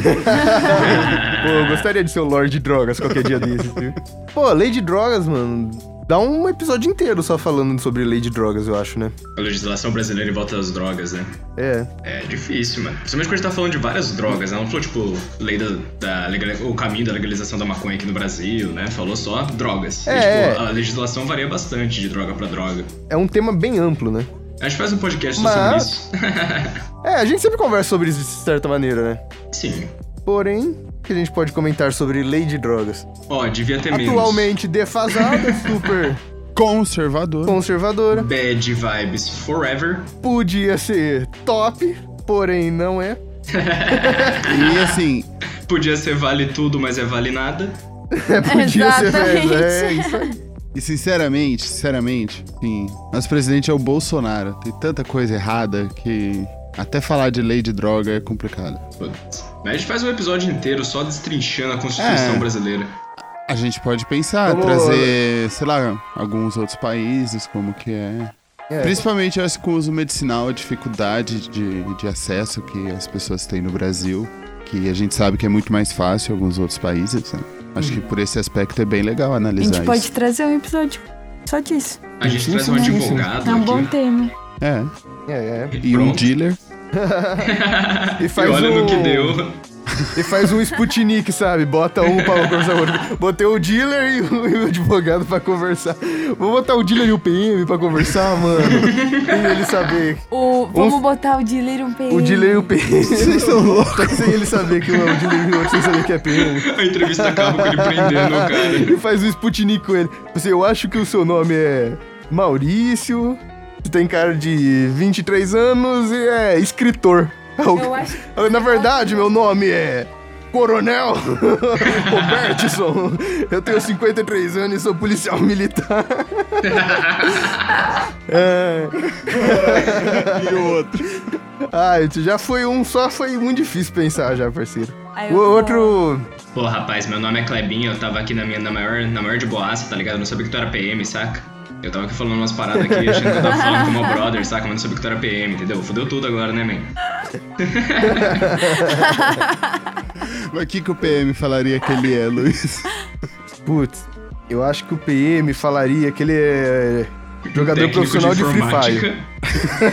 Speaker 1: Pô, eu gostaria de ser o Lord Drogas qualquer dia desses, viu? Pô, Lei de Drogas, mano. Dá um episódio inteiro só falando sobre Lei de Drogas, eu acho, né?
Speaker 3: A legislação brasileira em volta das drogas, né?
Speaker 1: É.
Speaker 3: É difícil, mano. Principalmente quando a gente tá falando de várias drogas, né? Não falou, tipo, lei da, da legal- o caminho da legalização da maconha aqui no Brasil, né? Falou só drogas. E,
Speaker 1: É,
Speaker 3: tipo, a legislação varia bastante de droga pra droga.
Speaker 1: É um tema bem amplo, né?
Speaker 3: A gente faz um podcast só sobre
Speaker 1: Mas-
Speaker 3: isso. <laughs>
Speaker 1: É, a gente sempre conversa sobre isso de certa maneira, né?
Speaker 3: Sim.
Speaker 1: Porém, o que a gente pode comentar sobre Lei de Drogas?
Speaker 3: Ó, devia ter menos.
Speaker 1: Atualmente defasada, super
Speaker 2: Conservador.
Speaker 1: conservadora.
Speaker 3: Bad vibes forever.
Speaker 1: Podia ser top, porém não é.
Speaker 2: E assim,
Speaker 3: Podia ser vale tudo, mas é vale nada.
Speaker 1: É, Podia
Speaker 4: Exatamente.
Speaker 1: ser. É, isso aí.
Speaker 2: e sinceramente, sinceramente, sim, nosso presidente é o Bolsonaro. Tem tanta coisa errada que até falar de lei de droga é complicado.
Speaker 3: Putz. Mas a gente faz um episódio inteiro só destrinchando a Constituição
Speaker 2: É.
Speaker 3: brasileira.
Speaker 2: A gente pode pensar,
Speaker 1: Vamos-
Speaker 2: trazer, sei lá, alguns outros países, como que é.
Speaker 1: É.
Speaker 2: Principalmente acho que com o uso medicinal, a dificuldade de, de acesso que as pessoas têm no Brasil, que a gente sabe que é muito mais fácil em alguns outros países, né? Acho
Speaker 1: Hum.
Speaker 2: que por esse aspecto é bem legal
Speaker 4: A
Speaker 2: analisar
Speaker 4: gente
Speaker 2: isso.
Speaker 4: pode trazer um episódio só disso.
Speaker 3: A gente
Speaker 1: Sim,
Speaker 3: traz
Speaker 1: sim,
Speaker 3: um
Speaker 1: sim, sim.
Speaker 2: Tá
Speaker 3: advogado
Speaker 4: É um bom
Speaker 3: aqui.
Speaker 4: tema.
Speaker 2: É.
Speaker 1: É, é.
Speaker 2: E um
Speaker 3: Pronto.
Speaker 2: dealer.
Speaker 1: E faz
Speaker 3: e olha
Speaker 1: um-
Speaker 3: no que deu.
Speaker 1: E faz um Sputnik, sabe? Bota um pra conversar com o outro. Botei o dealer e o, e o advogado pra conversar. Vou botar o dealer e o PM pra conversar, mano. Sem ele saber.
Speaker 4: O, vamos botar o dealer e um PM.
Speaker 1: O dealer e o PM. Vocês são loucos. Sem ele saber que um é o dealer e o outro sem saber que é PM.
Speaker 3: <laughs> A entrevista acaba com ele prendendo o
Speaker 1: <laughs>
Speaker 3: cara.
Speaker 1: e faz o Sputnik com ele. Você, eu acho que o seu nome é Maurício, você tem cara de 23 anos e é escritor.
Speaker 4: Eu acho
Speaker 1: Na verdade, meu nome é Coronel <laughs> Robertson. Eu tenho 53 anos e sou policial
Speaker 4: <laughs>
Speaker 1: militar. é.
Speaker 2: E o outro.
Speaker 1: Ah, isso já foi um só, foi muito difícil pensar já, parceiro. O
Speaker 4: Aí Ah, eu vou-
Speaker 1: outro...
Speaker 3: Pô, rapaz, meu nome é Clebinho, eu tava aqui na minha na maior, na maior de boaça, tá ligado? Eu não sabia que tu era PM, saca? Eu tava aqui falando umas paradas aqui, achando que eu tava tá falando como brother, saca? Mas não sabia que tu era PM, entendeu? Fudeu tudo agora, né, man?
Speaker 2: Mas o que, que o PM falaria que ele é, Luiz? <laughs>
Speaker 1: Putz, eu acho que o PM falaria que ele é jogador
Speaker 3: Técnico
Speaker 1: profissional de, Free
Speaker 3: informática.
Speaker 1: Fire.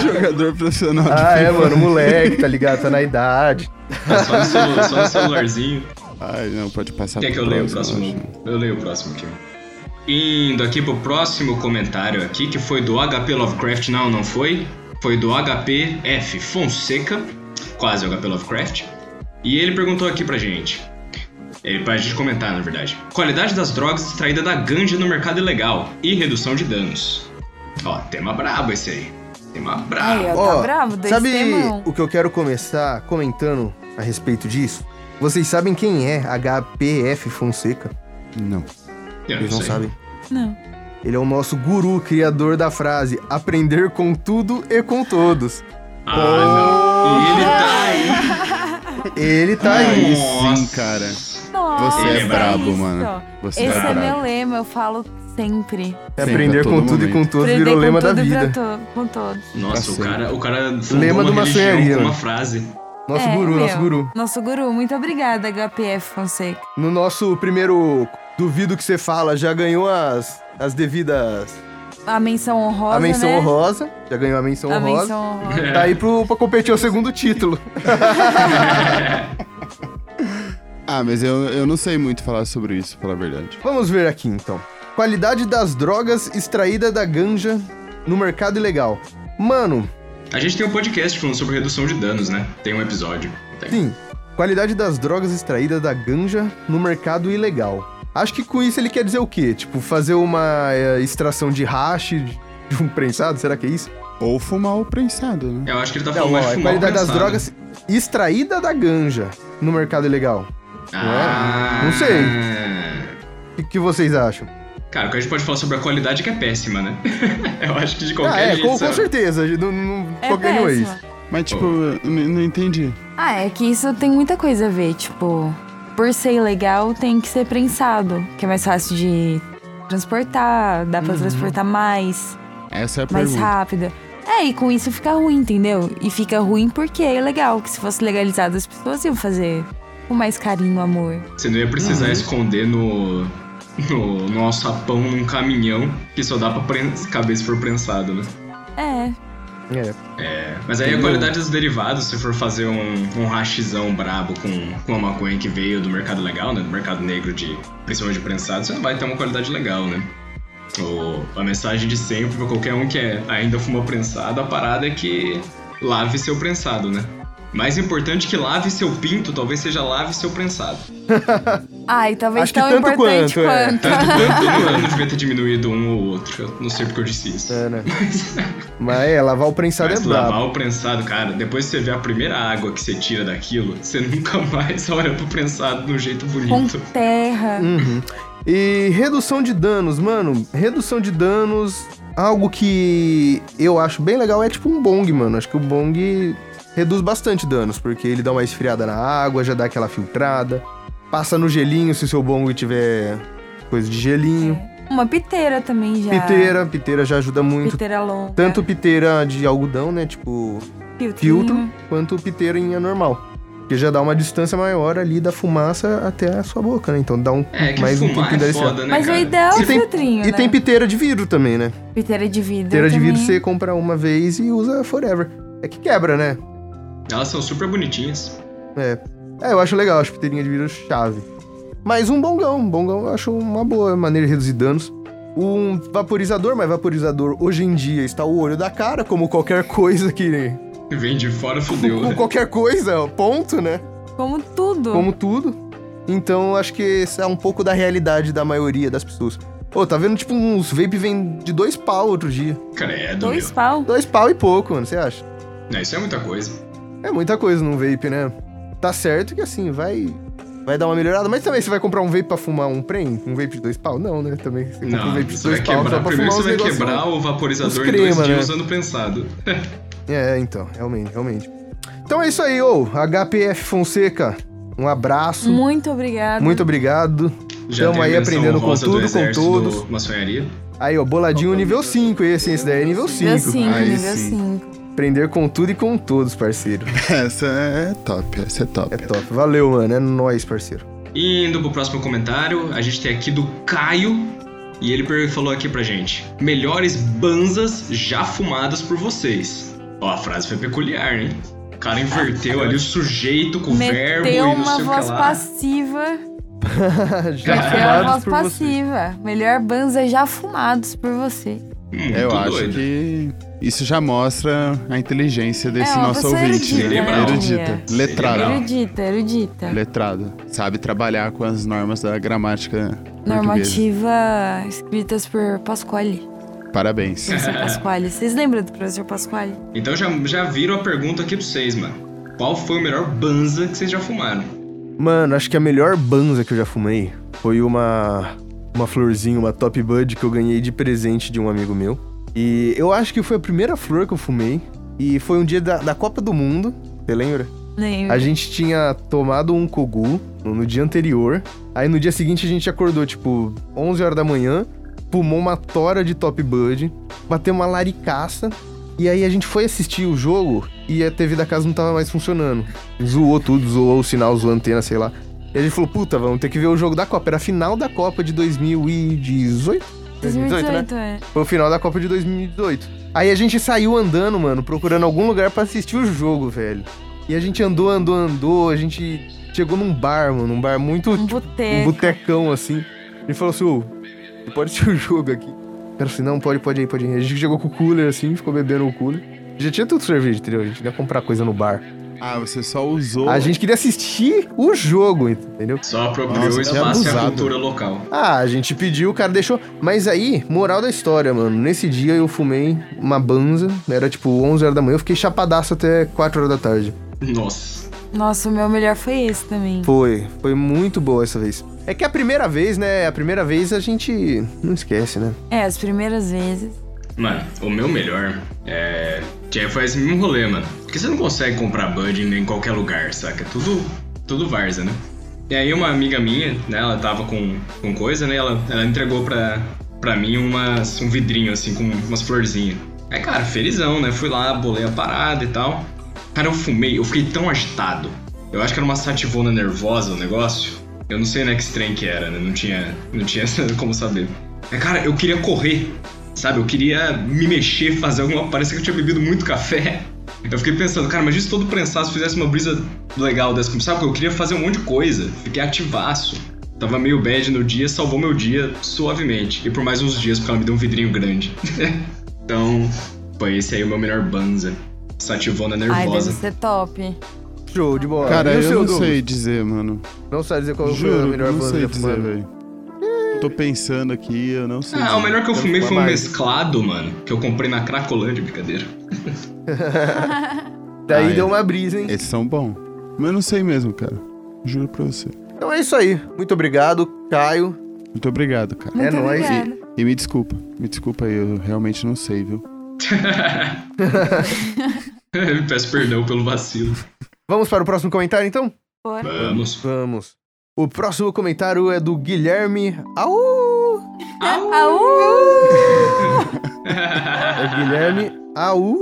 Speaker 2: Jogador profissional de
Speaker 1: Ah, é,
Speaker 2: futebol.
Speaker 1: mano, moleque, tá ligado? Tá na idade.
Speaker 3: Tá só no, celu- só no
Speaker 1: <laughs>
Speaker 3: celularzinho.
Speaker 2: Ai, não, pode passar
Speaker 3: Quer que eu
Speaker 2: pro
Speaker 3: leia o próximo? Eu leio o próximo aqui. Indo aqui pro próximo comentário aqui, que foi do HP Lovecraft. Não, não foi. Foi do HP F Fonseca, quase HP Lovecraft. E ele perguntou aqui pra gente. Ele pra gente comentar, na verdade. Qualidade das drogas extraídas da ganja no mercado ilegal e redução de danos. Ó, tema brabo esse aí. Tema brabo.
Speaker 4: Aí, ó,
Speaker 1: Ó,
Speaker 4: tá bravo? Dois
Speaker 1: sabe
Speaker 4: temão.
Speaker 1: o que eu quero começar comentando a respeito disso? Vocês sabem quem é HPF Fonseca?
Speaker 2: próximo? Não.
Speaker 3: Eu não
Speaker 1: Eles não
Speaker 3: sei.
Speaker 1: sabem.
Speaker 4: Não.
Speaker 1: Ele é o nosso guru, criador da frase aprender com tudo e com todos.
Speaker 3: Ah, não. E ele tá aí.
Speaker 1: Ele tá
Speaker 2: Aí
Speaker 1: aí.
Speaker 2: sim, cara.
Speaker 4: Nossa,
Speaker 2: Você é
Speaker 3: é
Speaker 2: brabo,
Speaker 4: isso.
Speaker 2: mano. Você
Speaker 4: Esse é
Speaker 2: brabo.
Speaker 4: meu lema, eu falo sempre.
Speaker 2: Sempre, a
Speaker 1: aprender
Speaker 2: todo
Speaker 1: com tudo e com
Speaker 2: momento.
Speaker 1: todos
Speaker 4: Aprender
Speaker 1: virou
Speaker 4: com
Speaker 1: lema da
Speaker 4: tudo e pra
Speaker 1: vida.
Speaker 4: to- com todos.
Speaker 3: Nossa, o
Speaker 2: Tá
Speaker 3: cara, o cara
Speaker 1: Lema
Speaker 3: fundou
Speaker 1: de uma
Speaker 3: uma religião
Speaker 1: sonharia,
Speaker 3: com uma
Speaker 1: né?
Speaker 3: frase.
Speaker 1: Nosso
Speaker 4: É,
Speaker 1: guru, nosso
Speaker 4: meu.
Speaker 1: guru.
Speaker 4: Nosso guru, muito obrigada, HPF Fonseca.
Speaker 1: No nosso primeiro Duvido que você fala, já ganhou as, as devidas.
Speaker 4: A menção honrosa,
Speaker 1: a menção
Speaker 4: né?
Speaker 1: honrosa. Já ganhou a menção
Speaker 4: A
Speaker 1: honrosa.
Speaker 4: menção honrosa.
Speaker 1: Tá aí pro, pra competir o segundo título.
Speaker 2: Ah, mas eu, eu não sei muito falar sobre isso, pra falar a verdade.
Speaker 1: Vamos ver aqui então. Qualidade das drogas extraída da ganja no mercado ilegal. Mano,
Speaker 3: A gente tem um podcast falando sobre redução de danos, né? Tem um episódio. Tem.
Speaker 1: sim. Qualidade das drogas extraídas da ganja no mercado ilegal. Acho que com isso ele quer dizer o quê? Tipo, fazer uma eh, extração de hash de um prensado? Será que é isso?
Speaker 2: Ou fumar o prensado, né?
Speaker 3: Eu acho que ele tá
Speaker 1: Não,
Speaker 3: falando
Speaker 1: ó,
Speaker 3: mais
Speaker 1: é
Speaker 3: fumar
Speaker 1: qualidade
Speaker 3: o
Speaker 1: das
Speaker 3: prensado.
Speaker 1: drogas extraída da ganja no mercado ilegal.
Speaker 3: Ah,
Speaker 1: Não sei. O que, que vocês acham?
Speaker 3: Cara, o que a gente pode falar sobre a qualidade é que é péssima, né? <laughs> Eu acho que de qualquer
Speaker 1: ah, é,
Speaker 3: jeito.
Speaker 1: com, com
Speaker 3: sabe?
Speaker 1: certeza. Não, não,
Speaker 4: É
Speaker 1: qualquer não é
Speaker 4: péssima.
Speaker 1: isso.
Speaker 2: Mas, tipo, eu n- não entendi.
Speaker 4: Ah, é que isso tem muita coisa a ver, tipo, por ser ilegal tem que ser prensado, que é mais fácil de transportar, dá
Speaker 1: Uhum.
Speaker 4: pra transportar mais,
Speaker 2: Essa é a
Speaker 4: mais
Speaker 2: pergunta.
Speaker 4: rápido. É, e com isso fica ruim, entendeu? E fica ruim porque é ilegal, que se fosse legalizado as pessoas iam fazer com mais carinho, amor.
Speaker 3: Você não ia precisar
Speaker 1: Uhum.
Speaker 3: esconder no, no, no alçapão num caminhão que só dá pra pren- caber se for prensado, né?
Speaker 4: É,
Speaker 1: É.
Speaker 3: Mas aí a qualidade dos derivados, se for fazer um, um hashizão brabo com, com a maconha que veio do mercado legal, né? Do mercado negro, de, principalmente de prensado, você não vai ter uma qualidade legal, né? O, a mensagem de sempre pra qualquer um que é, ainda fuma prensado, a parada é que lave seu prensado, né? Mais importante que lave seu pinto, talvez seja lave seu prensado.
Speaker 4: Ai, talvez
Speaker 1: Acho que
Speaker 4: tão
Speaker 1: tanto
Speaker 4: importante
Speaker 1: quanto, é.
Speaker 4: quanto.
Speaker 3: Tanto quanto eu não devia ter diminuído um ou outro. Eu não sei porque eu disse isso.
Speaker 1: É, né?
Speaker 3: <laughs>
Speaker 1: Mas é, lavar o prensado
Speaker 3: Mas
Speaker 1: é brabo.
Speaker 3: lavar o prensado, cara, depois que você vê a primeira água que você tira daquilo, você <laughs> nunca mais olha pro prensado de um jeito
Speaker 4: <laughs> Com
Speaker 3: bonito.
Speaker 4: terra.
Speaker 1: Uhum. E redução de danos, mano. Redução de danos, algo que eu acho bem legal é tipo um bong, mano. Acho que o bong reduz bastante danos, porque ele dá uma esfriada na água, já dá aquela filtrada. Passa no gelinho se o seu bong tiver coisa de gelinho.
Speaker 4: Uma piteira também já.
Speaker 1: Piteira, piteira já ajuda muito.
Speaker 4: Piteira longa.
Speaker 1: Tanto piteira de algodão, né? Tipo,
Speaker 4: filtrinho.
Speaker 1: filtro, quanto piteirinha normal. Porque já dá uma distância maior ali da fumaça até a sua boca, né? Então dá um
Speaker 3: É, que
Speaker 1: mais um
Speaker 3: fumar
Speaker 1: pouquinho da
Speaker 3: é
Speaker 1: esfriada.
Speaker 3: foda, né,
Speaker 4: Mas o
Speaker 3: cara?
Speaker 4: ideal é
Speaker 1: E
Speaker 4: o
Speaker 1: tem-
Speaker 4: filtrinho,
Speaker 1: E
Speaker 4: né?
Speaker 1: tem piteira de vidro também, né?
Speaker 4: Piteira de vidro
Speaker 1: Piteira de vidro
Speaker 4: também.
Speaker 1: você compra uma vez e usa forever. É que quebra, né?
Speaker 3: Elas são super bonitinhas.
Speaker 1: É, eu acho legal, acho piteirinha de vidro chave. Mas um bongão, um bongão eu acho uma boa maneira de reduzir danos. Um vaporizador, mas vaporizador hoje em dia está o olho da cara, como qualquer <laughs> coisa que.
Speaker 3: Vem de fora, fudeu,
Speaker 1: Como
Speaker 3: né?
Speaker 1: qualquer coisa, ponto, né?
Speaker 4: Como tudo.
Speaker 1: Como tudo. Então acho que esse é um pouco da realidade da maioria das pessoas. Pô, tá vendo tipo uns vape vem de dois pau outro dia.
Speaker 3: Credo,
Speaker 4: Dois pau.
Speaker 1: Dois pau e pouco, mano, você acha?
Speaker 3: é meu. Não, isso é muita coisa.
Speaker 1: É muita coisa num vape, né? Tá certo que assim, vai vai dar uma melhorada, mas também você vai comprar um vape pra fumar um prem? Um vape de dois pau? Não, né? Também você compra um
Speaker 3: Não,
Speaker 1: vape de
Speaker 3: você vai
Speaker 1: dois pau só
Speaker 3: quebrar.
Speaker 1: pra fumar
Speaker 3: Primeiro você
Speaker 1: os
Speaker 3: vai
Speaker 1: negócios. né?
Speaker 3: quebrar o
Speaker 1: os
Speaker 3: vaporizador em
Speaker 1: crema,
Speaker 3: dois
Speaker 1: né?
Speaker 3: dias usando prensado. <laughs>
Speaker 1: É, então, realmente, realmente. Então é isso aí, ô, HPF Fonseca. Um abraço.
Speaker 4: Muito obrigada.
Speaker 1: Muito obrigado.
Speaker 3: Já
Speaker 1: Tamo
Speaker 3: tem a
Speaker 1: aí
Speaker 3: menção
Speaker 1: aprendendo com
Speaker 3: honrosa
Speaker 1: tudo,
Speaker 3: do
Speaker 1: com
Speaker 3: exército
Speaker 1: todos.
Speaker 3: do Maçonharia.
Speaker 1: Aí, ó, boladinho nível 5, esse, esse daí é nível 5.
Speaker 4: Nível 5,
Speaker 2: Aí
Speaker 4: nível
Speaker 2: sim.
Speaker 4: 5.
Speaker 1: Aprender com tudo e com todos, parceiro.
Speaker 2: <laughs> Essa é top, essa é top.
Speaker 1: É top. Valeu, mano. É nóis, parceiro.
Speaker 3: Indo pro próximo comentário, a gente tem aqui do Caio. E ele per- falou aqui pra gente: Melhores banzas já fumadas por vocês. Ó, a frase foi peculiar, hein? O cara inverteu ali o sujeito com o verbo e
Speaker 4: Meteu
Speaker 3: não
Speaker 4: uma
Speaker 3: sei o
Speaker 4: voz
Speaker 3: que lá. <laughs>
Speaker 4: passiva.
Speaker 1: <laughs> Já
Speaker 4: Meteu
Speaker 3: Cara.
Speaker 4: uma
Speaker 1: fumados
Speaker 4: voz
Speaker 1: por você.
Speaker 4: passiva. Melhor banza já fumados por você.
Speaker 3: Muito
Speaker 2: Eu acho
Speaker 3: doido.
Speaker 2: que isso já mostra a inteligência desse
Speaker 4: É, uma
Speaker 2: nosso
Speaker 4: pessoa
Speaker 2: ouvinte,
Speaker 3: erudita,
Speaker 2: né?
Speaker 3: né?
Speaker 2: Erudita. Letrado.
Speaker 3: Cerebral.
Speaker 4: Erudita, erudita.
Speaker 2: Letrado. Sabe trabalhar com as normas da gramática portuguesa.
Speaker 4: Normativa escritas por Pasquale.
Speaker 2: Parabéns.
Speaker 4: Professor Pasquale. Vocês lembram do professor Pasquale?
Speaker 3: Então já, já viram a pergunta aqui pra vocês, mano. Qual foi o melhor banza que vocês já fumaram?
Speaker 1: Mano, acho que a melhor banza que eu já fumei foi uma uma florzinha, uma Top Bud que eu ganhei de presente de um amigo meu. E eu acho que foi a primeira flor que eu fumei. E foi um dia da, da Copa do Mundo, você lembra?
Speaker 4: Lembro.
Speaker 1: A gente tinha tomado um Kogu no, no dia anterior. Aí no dia seguinte a gente acordou, tipo, 11 horas da manhã, fumou uma tora de Top Bud, bateu uma laricaça. E aí a gente foi assistir o jogo e a TV da casa não tava mais funcionando. Zoou tudo, zoou o sinal, zoou a antena, sei lá. E a gente falou, puta, vamos ter que ver o jogo da Copa. Era a final da Copa de 2018?
Speaker 4: 2018, é.
Speaker 1: Foi o final da Copa de 2018. Aí a gente saiu andando, mano, procurando algum lugar pra assistir o jogo, velho. E a gente andou, andou, andou. A gente chegou num bar, mano, um bar muito.
Speaker 4: Um
Speaker 1: um
Speaker 4: boteco.
Speaker 1: botecão assim. Ele falou assim: Ô, você pode assistir o jogo aqui. O cara assim: não, pode, pode aí, pode aí. A gente chegou com o cooler assim, ficou bebendo o cooler. Já tinha tudo cerveja, entendeu? A gente ia comprar coisa no bar.
Speaker 2: Ah, você só usou.
Speaker 1: A gente queria assistir o jogo, entendeu?
Speaker 3: Só apropriou
Speaker 2: Nossa,
Speaker 3: o
Speaker 2: que
Speaker 3: espaço e a
Speaker 2: abusado.
Speaker 3: cultura local.
Speaker 1: Ah, a gente pediu, o cara deixou. Mas aí, moral da história, mano. Nesse dia eu fumei uma banza. Era tipo 11 horas da manhã. Eu fiquei chapadaço até 4 horas da tarde.
Speaker 3: Nossa.
Speaker 4: Nossa, o meu melhor foi esse também.
Speaker 1: Foi. Foi muito boa essa vez. É que a primeira vez, né? A primeira vez a gente não esquece, né?
Speaker 4: É, as primeiras vezes.
Speaker 3: Mano, o meu melhor é. Que foi esse mesmo rolê, mano. Porque você não consegue comprar Bud em qualquer lugar, saca? Tudo, tudo Varza, né? E aí uma amiga minha, né, ela tava com, com coisa, né? Ela, ela entregou pra, pra mim umas, um vidrinho, assim, com umas florzinhas. É, cara, felizão, né? Fui lá, bolei a parada e tal. Cara, eu fumei, eu fiquei tão agitado. Eu acho que era uma sativona nervosa o negócio. Eu não sei, né, que trem que era, né? Não tinha, não tinha <laughs> como saber. É, cara, eu queria correr, sabe? Eu queria me mexer, fazer alguma... Parecia que eu tinha bebido muito café. Eu fiquei pensando, cara, imagina se todo prensado fizesse uma brisa legal dessa. Sabe, porque eu queria fazer um monte de coisa. Fiquei ativaço. Tava meio bad no dia, salvou meu dia suavemente. E por mais uns dias, porque ela me deu um vidrinho grande. <laughs> então, foi esse aí o meu melhor banza. Sativona
Speaker 4: Ai, deve
Speaker 3: nervosa.
Speaker 4: ser top.
Speaker 1: É Show de bola.
Speaker 2: Cara,
Speaker 1: E o
Speaker 2: eu
Speaker 1: seu,
Speaker 2: não
Speaker 1: Douglas?
Speaker 2: sei dizer, mano.
Speaker 1: Não sabe dizer qual foi
Speaker 2: Juro,
Speaker 1: a melhor
Speaker 2: não
Speaker 1: banda
Speaker 2: sei
Speaker 1: já
Speaker 2: dizer,
Speaker 1: fumada.
Speaker 2: velho. Tô pensando aqui, eu não sei.
Speaker 3: Ah, o
Speaker 2: dizer.
Speaker 3: melhor que eu
Speaker 1: Então,
Speaker 3: fumei
Speaker 1: ficou
Speaker 3: foi um
Speaker 1: amargo.
Speaker 3: mesclado, mano. Que eu comprei na Cracolândia, brincadeira. <laughs>
Speaker 1: Daí
Speaker 2: Ah, é.
Speaker 1: deu uma brisa, hein?
Speaker 2: Esses são bons. Mas eu não sei mesmo, cara. Juro pra você.
Speaker 1: Então é isso aí. Muito obrigado, Caio. É
Speaker 2: Muito obrigado, cara.
Speaker 4: Muito
Speaker 1: nóis.
Speaker 4: obrigada.
Speaker 2: E me desculpa. Me desculpa aí, eu realmente não sei, viu?
Speaker 3: Peço perdão pelo vacilo.
Speaker 1: Vamos para o próximo comentário, então?
Speaker 4: Bora.
Speaker 3: Vamos.
Speaker 1: Vamos. O próximo comentário é do Guilherme. Au!
Speaker 4: Ah,
Speaker 1: <laughs>
Speaker 4: Aú!
Speaker 1: É Guilherme. Au!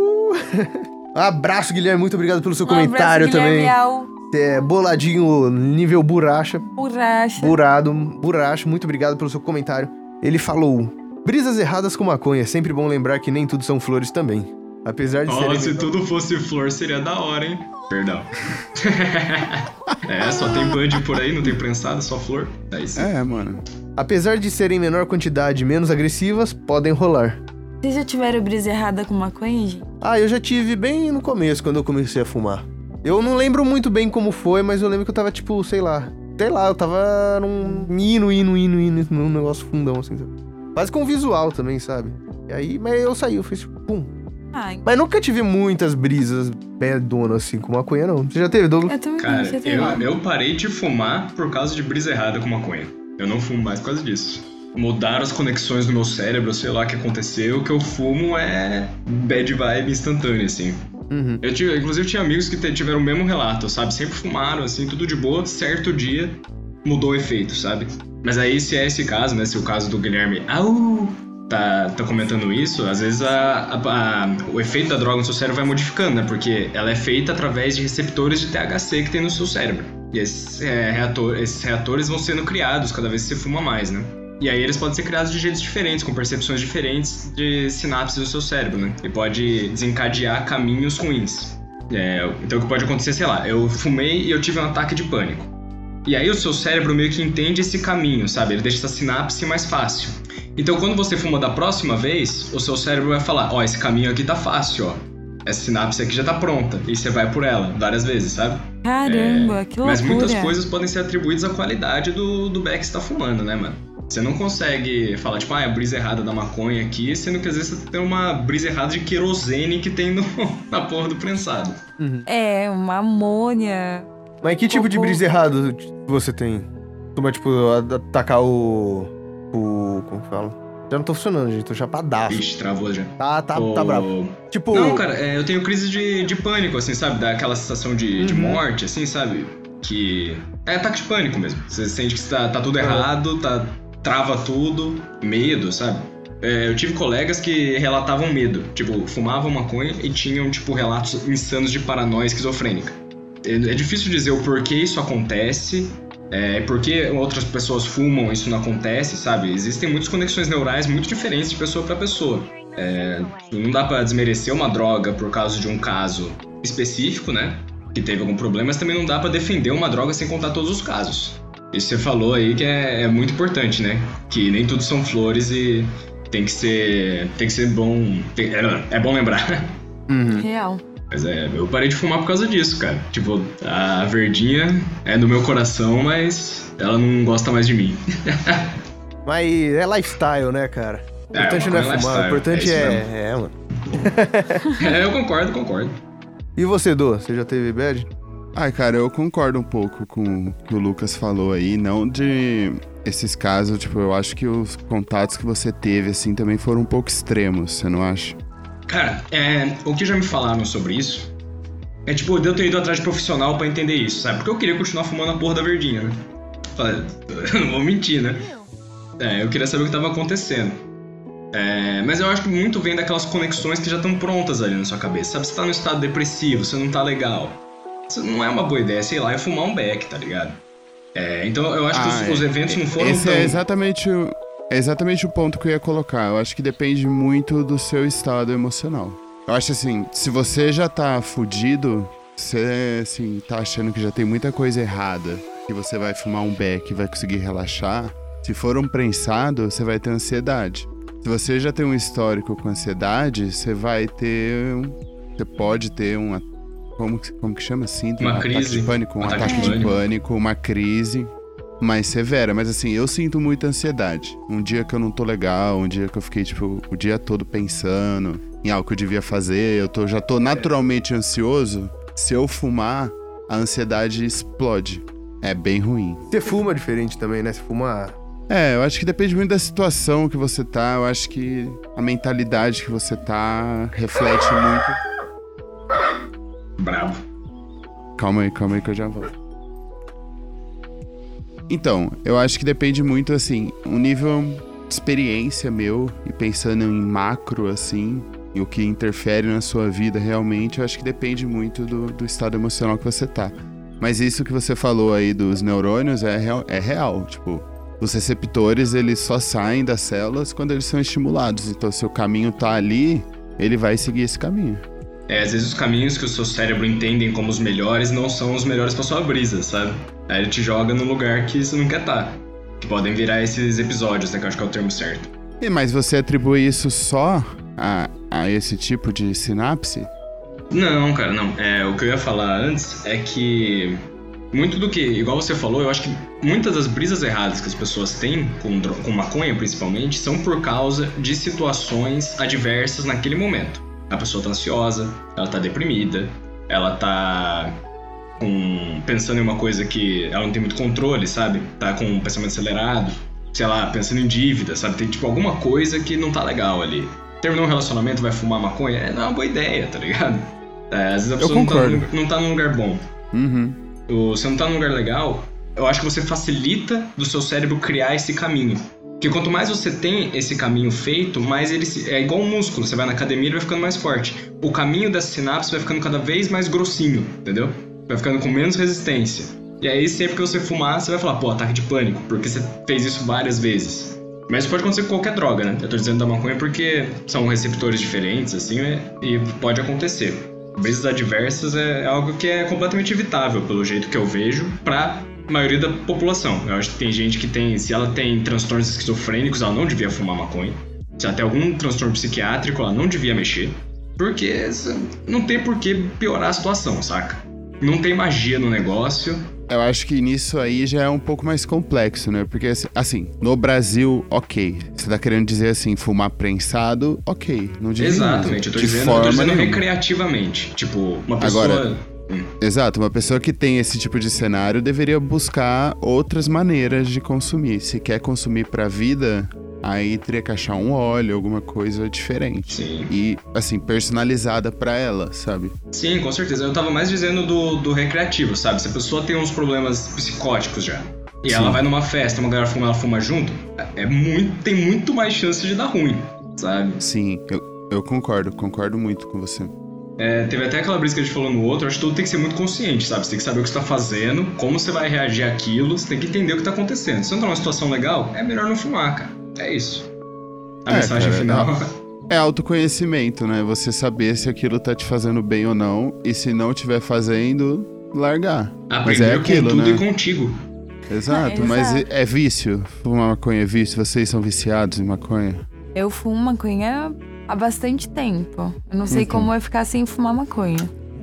Speaker 1: <laughs> Abraço, Guilherme. Muito obrigado pelo seu
Speaker 4: Um
Speaker 1: comentário
Speaker 4: abraço, Guilherme
Speaker 1: também.
Speaker 4: Au.
Speaker 1: É, boladinho, nível buracha.
Speaker 4: Borracha.
Speaker 1: Burado, buracho, muito obrigado pelo seu comentário. Ele falou: Brisas erradas com maconha, é sempre bom lembrar que nem tudo são flores também. Apesar de
Speaker 3: Ó, se
Speaker 1: ser.
Speaker 3: tudo fosse flor, seria da hora, hein? Perdão. <laughs> é, só tem bud por aí, não tem prensado, só flor. É isso.
Speaker 2: É, mano.
Speaker 1: Apesar de serem em menor quantidade e menos agressivas, podem rolar.
Speaker 4: Vocês já tiveram brisa errada com maconha, gente?
Speaker 1: Ah, eu já tive bem no começo, quando eu comecei a fumar. Eu não lembro muito bem como foi, mas eu lembro que eu tava tipo, sei lá. Sei lá, eu tava num hino, hino, hino, hino, num negócio fundão assim. sabe? Quase com visual também, sabe? E aí, mas eu saí, eu fiz tipo, pum.
Speaker 4: Ah,
Speaker 1: Mas nunca tive muitas brisas bedona assim com maconha, não. Você já teve, Douglas?
Speaker 4: eu também
Speaker 3: Cara,
Speaker 4: você tem
Speaker 3: eu,
Speaker 4: lá.
Speaker 3: eu parei de fumar por causa de brisa errada com maconha. Eu não fumo mais por causa disso. Mudaram as conexões do meu cérebro, sei lá o que aconteceu. O que eu fumo é bad vibe instantânea, assim.
Speaker 1: Uhum.
Speaker 3: Eu tive, inclusive tinha amigos que te- tiveram o mesmo relato, sabe? Sempre fumaram, assim, tudo de boa, certo dia mudou o efeito, sabe? Mas aí se é esse caso, né? Se o caso do Guilherme Au tá, tá comentando isso, às vezes a- a- a- o efeito da droga no seu cérebro vai modificando, né? Porque ela é feita através de receptores de THC que tem no seu cérebro. E esses, é, reator- esses reatores vão sendo criados cada vez que você fuma mais, né? E aí eles podem ser criados de jeitos diferentes, com percepções diferentes de sinapses do seu cérebro, né? E pode desencadear caminhos ruins. É, então o que pode acontecer, sei lá, eu fumei e eu tive um ataque de pânico. E aí o seu cérebro meio que entende esse caminho, sabe? Ele deixa essa sinapse mais fácil. Então quando você fuma da próxima vez, o seu cérebro vai falar, ó, esse caminho aqui tá fácil, ó. Essa sinapse aqui já tá pronta. E você vai por ela várias vezes, sabe?
Speaker 4: Caramba, que loucura.
Speaker 3: Mas muitas coisas podem ser atribuídas à qualidade do, do beck que você tá fumando, né, mano? Você não consegue falar, tipo, ah, é a brisa errada da maconha aqui, sendo que às vezes você tem uma brisa errada de querosene que tem no, <laughs> na porra do prensado.
Speaker 4: É, uma amônia.
Speaker 1: Mas que tipo de
Speaker 4: Cocô.
Speaker 1: brisa errado você tem? Toma, tipo, a- atacar o. O. Como que fala? Já não tô funcionando, gente. Tô chapadaço.
Speaker 3: Ixi, travou já.
Speaker 1: Tá, tá, tá
Speaker 3: Ô,
Speaker 1: bravo. Tipo.
Speaker 3: Não, cara, é, eu tenho crise de, de pânico, assim, sabe? Daquela sensação de, de morte, assim, sabe? Que. É ataque de pânico mesmo. Você sente que tá, tá tudo errado, tá, trava tudo, medo, sabe? É, eu tive colegas que relatavam medo. Tipo, fumavam maconha e tinham, tipo, relatos insanos de paranoia esquizofrênica. É, é difícil dizer o porquê isso acontece. É, porque outras pessoas fumam, isso não acontece, sabe? Existem muitas conexões neurais muito diferentes de pessoa pra pessoa. É, não dá pra desmerecer uma droga por causa de um caso específico, né? Que teve algum problema, mas também não dá pra defender uma droga sem contar todos os casos. Isso você falou aí que é, é muito importante, né? Que nem tudo são flores e tem que ser, tem que ser bom. tem- é, é bom lembrar. <laughs>
Speaker 1: Uhum.
Speaker 4: Real.
Speaker 3: Mas é, eu parei de fumar por causa disso, cara. Tipo, a verdinha é do meu coração, mas ela não gosta mais de mim. <laughs>
Speaker 1: Mas é lifestyle, né, cara? O
Speaker 3: É,
Speaker 1: importante não
Speaker 3: maconha
Speaker 1: é fumar,
Speaker 3: é
Speaker 1: o
Speaker 3: lifestyle,
Speaker 1: importante
Speaker 3: é isso
Speaker 1: é.
Speaker 3: mesmo.
Speaker 1: É, mano.
Speaker 3: É, eu concordo, concordo.
Speaker 1: E você, Dô? Você já teve bad?
Speaker 2: Ai, cara, eu concordo um pouco com o que o Lucas falou aí, não de esses casos, tipo, eu acho que os contatos que você teve, assim, também foram um pouco extremos, você não acha?
Speaker 3: Cara, é, o que já me falaram sobre isso é tipo, eu ter ido atrás de profissional pra entender isso, sabe? Porque eu queria continuar fumando a porra da verdinha, né? Falei, <laughs> Não vou mentir, né? É, eu queria saber o que tava acontecendo. É, mas eu acho que muito vem daquelas conexões que já estão prontas ali na sua cabeça. Sabe, você tá num estado depressivo, você não tá legal. Isso não é uma boa ideia, sei lá, é fumar um beck, tá ligado? É, então eu acho que os,
Speaker 2: Ah,
Speaker 3: os
Speaker 2: é.
Speaker 3: eventos não foram
Speaker 2: Esse
Speaker 3: tão.
Speaker 2: é exatamente o, é exatamente o ponto que eu ia colocar. Eu acho que depende muito do seu estado emocional. Eu acho assim, se você já tá fudido, você assim, tá achando que já tem muita coisa errada, que você vai fumar um beck e vai conseguir relaxar, se for um prensado, você vai ter ansiedade. Se você já tem um histórico com ansiedade, você vai ter. um- Você pode ter uma. Como, que- como que chama? Síndrome?
Speaker 3: Uma
Speaker 2: ataque
Speaker 3: crise.
Speaker 2: de pânico. Um
Speaker 3: Ataque
Speaker 2: ataque,
Speaker 3: de
Speaker 2: de
Speaker 3: pânico.
Speaker 2: pânico, uma crise mais severa. Mas assim, eu sinto muita ansiedade. Um dia que eu não tô legal, um dia que eu fiquei, tipo, o dia todo pensando em algo que eu devia fazer, eu tô, já tô naturalmente ansioso. Se eu fumar, a ansiedade explode. É bem ruim.
Speaker 1: Você fuma diferente também, né? Você fuma.
Speaker 2: É, eu acho que depende muito da situação que você tá. Eu acho que a mentalidade que você tá reflete muito.
Speaker 3: Bravo.
Speaker 2: Calma aí, calma aí que eu já volto. Então, eu acho que depende muito, assim, um nível de experiência meu e pensando em macro, assim, e o que interfere na sua vida realmente, eu acho que depende muito do, do estado emocional que você tá. Mas isso que você falou aí dos neurônios é real, é real. Tipo, os receptores, eles só saem das células quando eles são estimulados. Então, se o caminho tá ali, ele vai seguir esse caminho.
Speaker 3: É, às vezes os caminhos que o seu cérebro entendem como os melhores não são os melhores pra sua brisa, sabe? Aí ele te joga num lugar que você não quer estar. Que podem virar esses episódios, né? Que eu acho que é o termo certo.
Speaker 2: E, mas você atribui isso só a, a esse tipo de sinapse?
Speaker 3: Não, cara, não. É, o que eu ia falar antes é que muito do que, igual você falou, eu acho que muitas das brisas erradas que as pessoas têm, com, dro- com maconha principalmente, são por causa de situações adversas naquele momento. A pessoa tá ansiosa, ela tá deprimida, ela tá com, pensando em uma coisa que ela não tem muito controle, sabe? Tá com um pensamento acelerado, sei lá, pensando em dívida, sabe? Tem tipo alguma coisa que não tá legal ali. Terminou um relacionamento, vai fumar maconha? É, não é uma boa ideia, tá ligado? É, às vezes a pessoa não tá,
Speaker 2: concordo.
Speaker 3: num- não tá num lugar bom.
Speaker 2: Uhum.
Speaker 3: O- você não tá num lugar legal, eu acho que você facilita do seu cérebro criar esse caminho. Porque quanto mais você tem esse caminho feito, mais ele se- é igual um músculo. Você vai na academia, ele vai ficando mais forte. O caminho dessa sinapse vai ficando cada vez mais grossinho, entendeu? Vai ficando com menos resistência. E aí sempre que você fumar, você vai falar, pô, ataque de pânico, porque você fez isso várias vezes. Mas isso pode acontecer com qualquer droga, né? Eu tô dizendo da maconha porque são receptores diferentes, assim, né? e pode acontecer. Brisas adversas é algo que é completamente evitável, pelo jeito que eu vejo, pra maioria da população. Eu acho que tem gente que tem, se ela tem transtornos esquizofrênicos, ela não devia fumar maconha. Se ela tem algum transtorno psiquiátrico, ela não devia mexer. Porque s- não tem por que piorar a situação, saca? Não tem magia no negócio.
Speaker 2: Eu acho que nisso aí já é um pouco mais complexo, né? Porque, assim- assim, no Brasil, ok. Você tá querendo dizer, assim, fumar prensado, ok. Não diz
Speaker 3: Exatamente, eu tô
Speaker 2: de
Speaker 3: dizendo, eu
Speaker 2: forma
Speaker 3: tô dizendo
Speaker 2: nenhuma.
Speaker 3: recreativamente. Tipo, uma pessoa.
Speaker 2: Agora, hum. Exato, uma pessoa que tem esse tipo de cenário deveria buscar outras maneiras de consumir. Se quer consumir pra vida, aí teria que achar um óleo, alguma coisa diferente.
Speaker 3: Sim.
Speaker 2: E, assim, personalizada pra ela, sabe?
Speaker 3: Sim, com certeza. Eu tava mais dizendo do, do recreativo, sabe? Se a pessoa tem uns problemas psicóticos já. E ela
Speaker 2: Sim.
Speaker 3: vai numa festa, uma galera fuma, ela fuma junto, é muito, tem muito mais chance de dar ruim, sabe?
Speaker 2: Sim, eu, eu concordo, concordo muito com você.
Speaker 3: É, teve até aquela brisa que a gente falou no outro, acho que tudo tem que ser muito consciente, sabe? Você tem que saber o que você tá fazendo, como você vai reagir àquilo, você tem que entender o que tá acontecendo. Se você não tá numa situação legal, é melhor não fumar, cara. É isso. A
Speaker 2: É,
Speaker 3: mensagem
Speaker 2: cara,
Speaker 3: <laughs> final.
Speaker 2: É autoconhecimento, né? Você saber se aquilo tá te fazendo bem ou não. E se não tiver fazendo, largar. Mas
Speaker 3: Aprender
Speaker 2: é aquilo,
Speaker 3: com tudo
Speaker 2: né?
Speaker 3: e contigo.
Speaker 2: Exato, mas
Speaker 4: exato.
Speaker 2: é vício. Fumar maconha é vício. Vocês são viciados em maconha?
Speaker 4: Eu fumo maconha há bastante tempo. Eu não sei
Speaker 2: Uhum.
Speaker 4: como é ficar sem fumar maconha.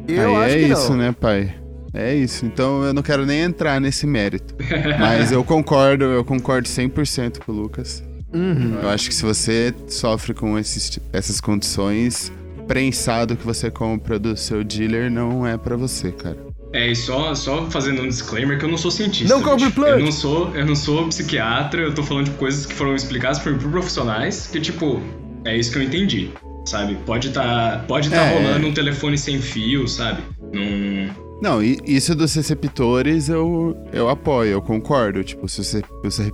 Speaker 1: Eu
Speaker 2: Aí
Speaker 1: acho
Speaker 2: é
Speaker 1: que
Speaker 2: isso,
Speaker 1: não.
Speaker 2: né, pai? É isso. Então eu não quero nem entrar nesse mérito. Mas eu concordo, eu concordo 100% com o Lucas.
Speaker 1: Uhum.
Speaker 2: Eu acho que se você sofre com esses, essas condições, prensado que você compra do seu dealer não é pra você, cara.
Speaker 3: É, e só, só fazendo um disclaimer que eu não sou cientista.
Speaker 1: Não compre
Speaker 3: bicho.
Speaker 1: planta.
Speaker 3: Eu não sou, eu não sou psiquiatra, eu tô falando de coisas que foram explicadas por, por profissionais que, tipo, é isso que eu entendi. Sabe? Pode tá. Pode tá
Speaker 2: É.
Speaker 3: rolando um telefone sem fio, sabe? Num.
Speaker 2: Não, e isso dos receptores eu, eu apoio, eu concordo. Tipo, se os, rece- os re-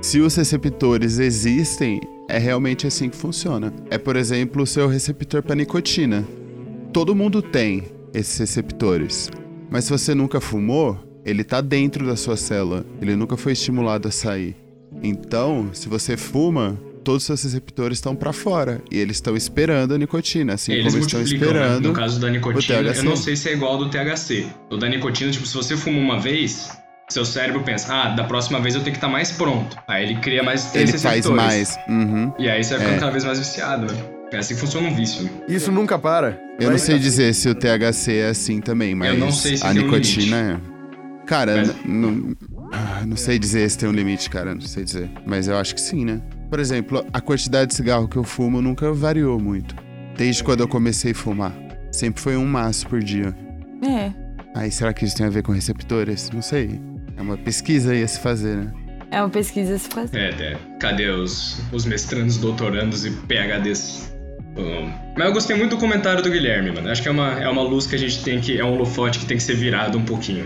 Speaker 2: se os receptores existem, é realmente assim que funciona. É, por exemplo, o seu receptor para nicotina. Todo mundo tem esses receptores. Mas se você nunca fumou, ele tá dentro da sua célula. Ele nunca foi estimulado a sair. Então, se você fuma, todos os seus receptores estão para fora. E eles estão esperando a nicotina, assim
Speaker 3: eles
Speaker 2: como estão
Speaker 3: multiplicam, né?
Speaker 2: esperando.
Speaker 3: No caso da nicotina,
Speaker 2: o
Speaker 3: eu
Speaker 2: THC.
Speaker 3: não sei se é igual ao do THC. O da nicotina, tipo, se você fuma uma vez, seu cérebro pensa, ah, da próxima vez eu tenho que estar mais pronto. Aí ele cria mais três
Speaker 2: Ele faz
Speaker 3: receptores.
Speaker 2: mais. Uhum.
Speaker 3: E aí você vai ficando
Speaker 2: É.
Speaker 3: cada vez mais viciado, né? É assim que funciona um vício. né?
Speaker 1: Isso nunca para. então,
Speaker 2: Eu não
Speaker 1: Vai-
Speaker 2: sei dizer se o THC é assim também, mas
Speaker 3: não sei se
Speaker 2: a
Speaker 3: tem um
Speaker 2: nicotina é. Cara,
Speaker 3: Mas-
Speaker 2: n- não, ah, não sei dizer se tem um limite, cara, não sei dizer. Mas eu acho que sim, né? Por exemplo, a quantidade de cigarro que eu fumo nunca variou muito. Desde quando eu comecei a fumar. Sempre foi um maço por dia.
Speaker 4: É.
Speaker 2: Aí será que isso tem a ver com receptores? Não sei. É uma pesquisa aí a se fazer, né?
Speaker 4: É uma pesquisa a se fazer.
Speaker 3: É, até. Cadê os, os mestrandos, doutorandos e PHDs? Hum. Mas eu gostei muito do comentário do Guilherme, mano. Acho que é uma, é uma luz que a gente tem que. É um holofote que tem que ser virado um pouquinho.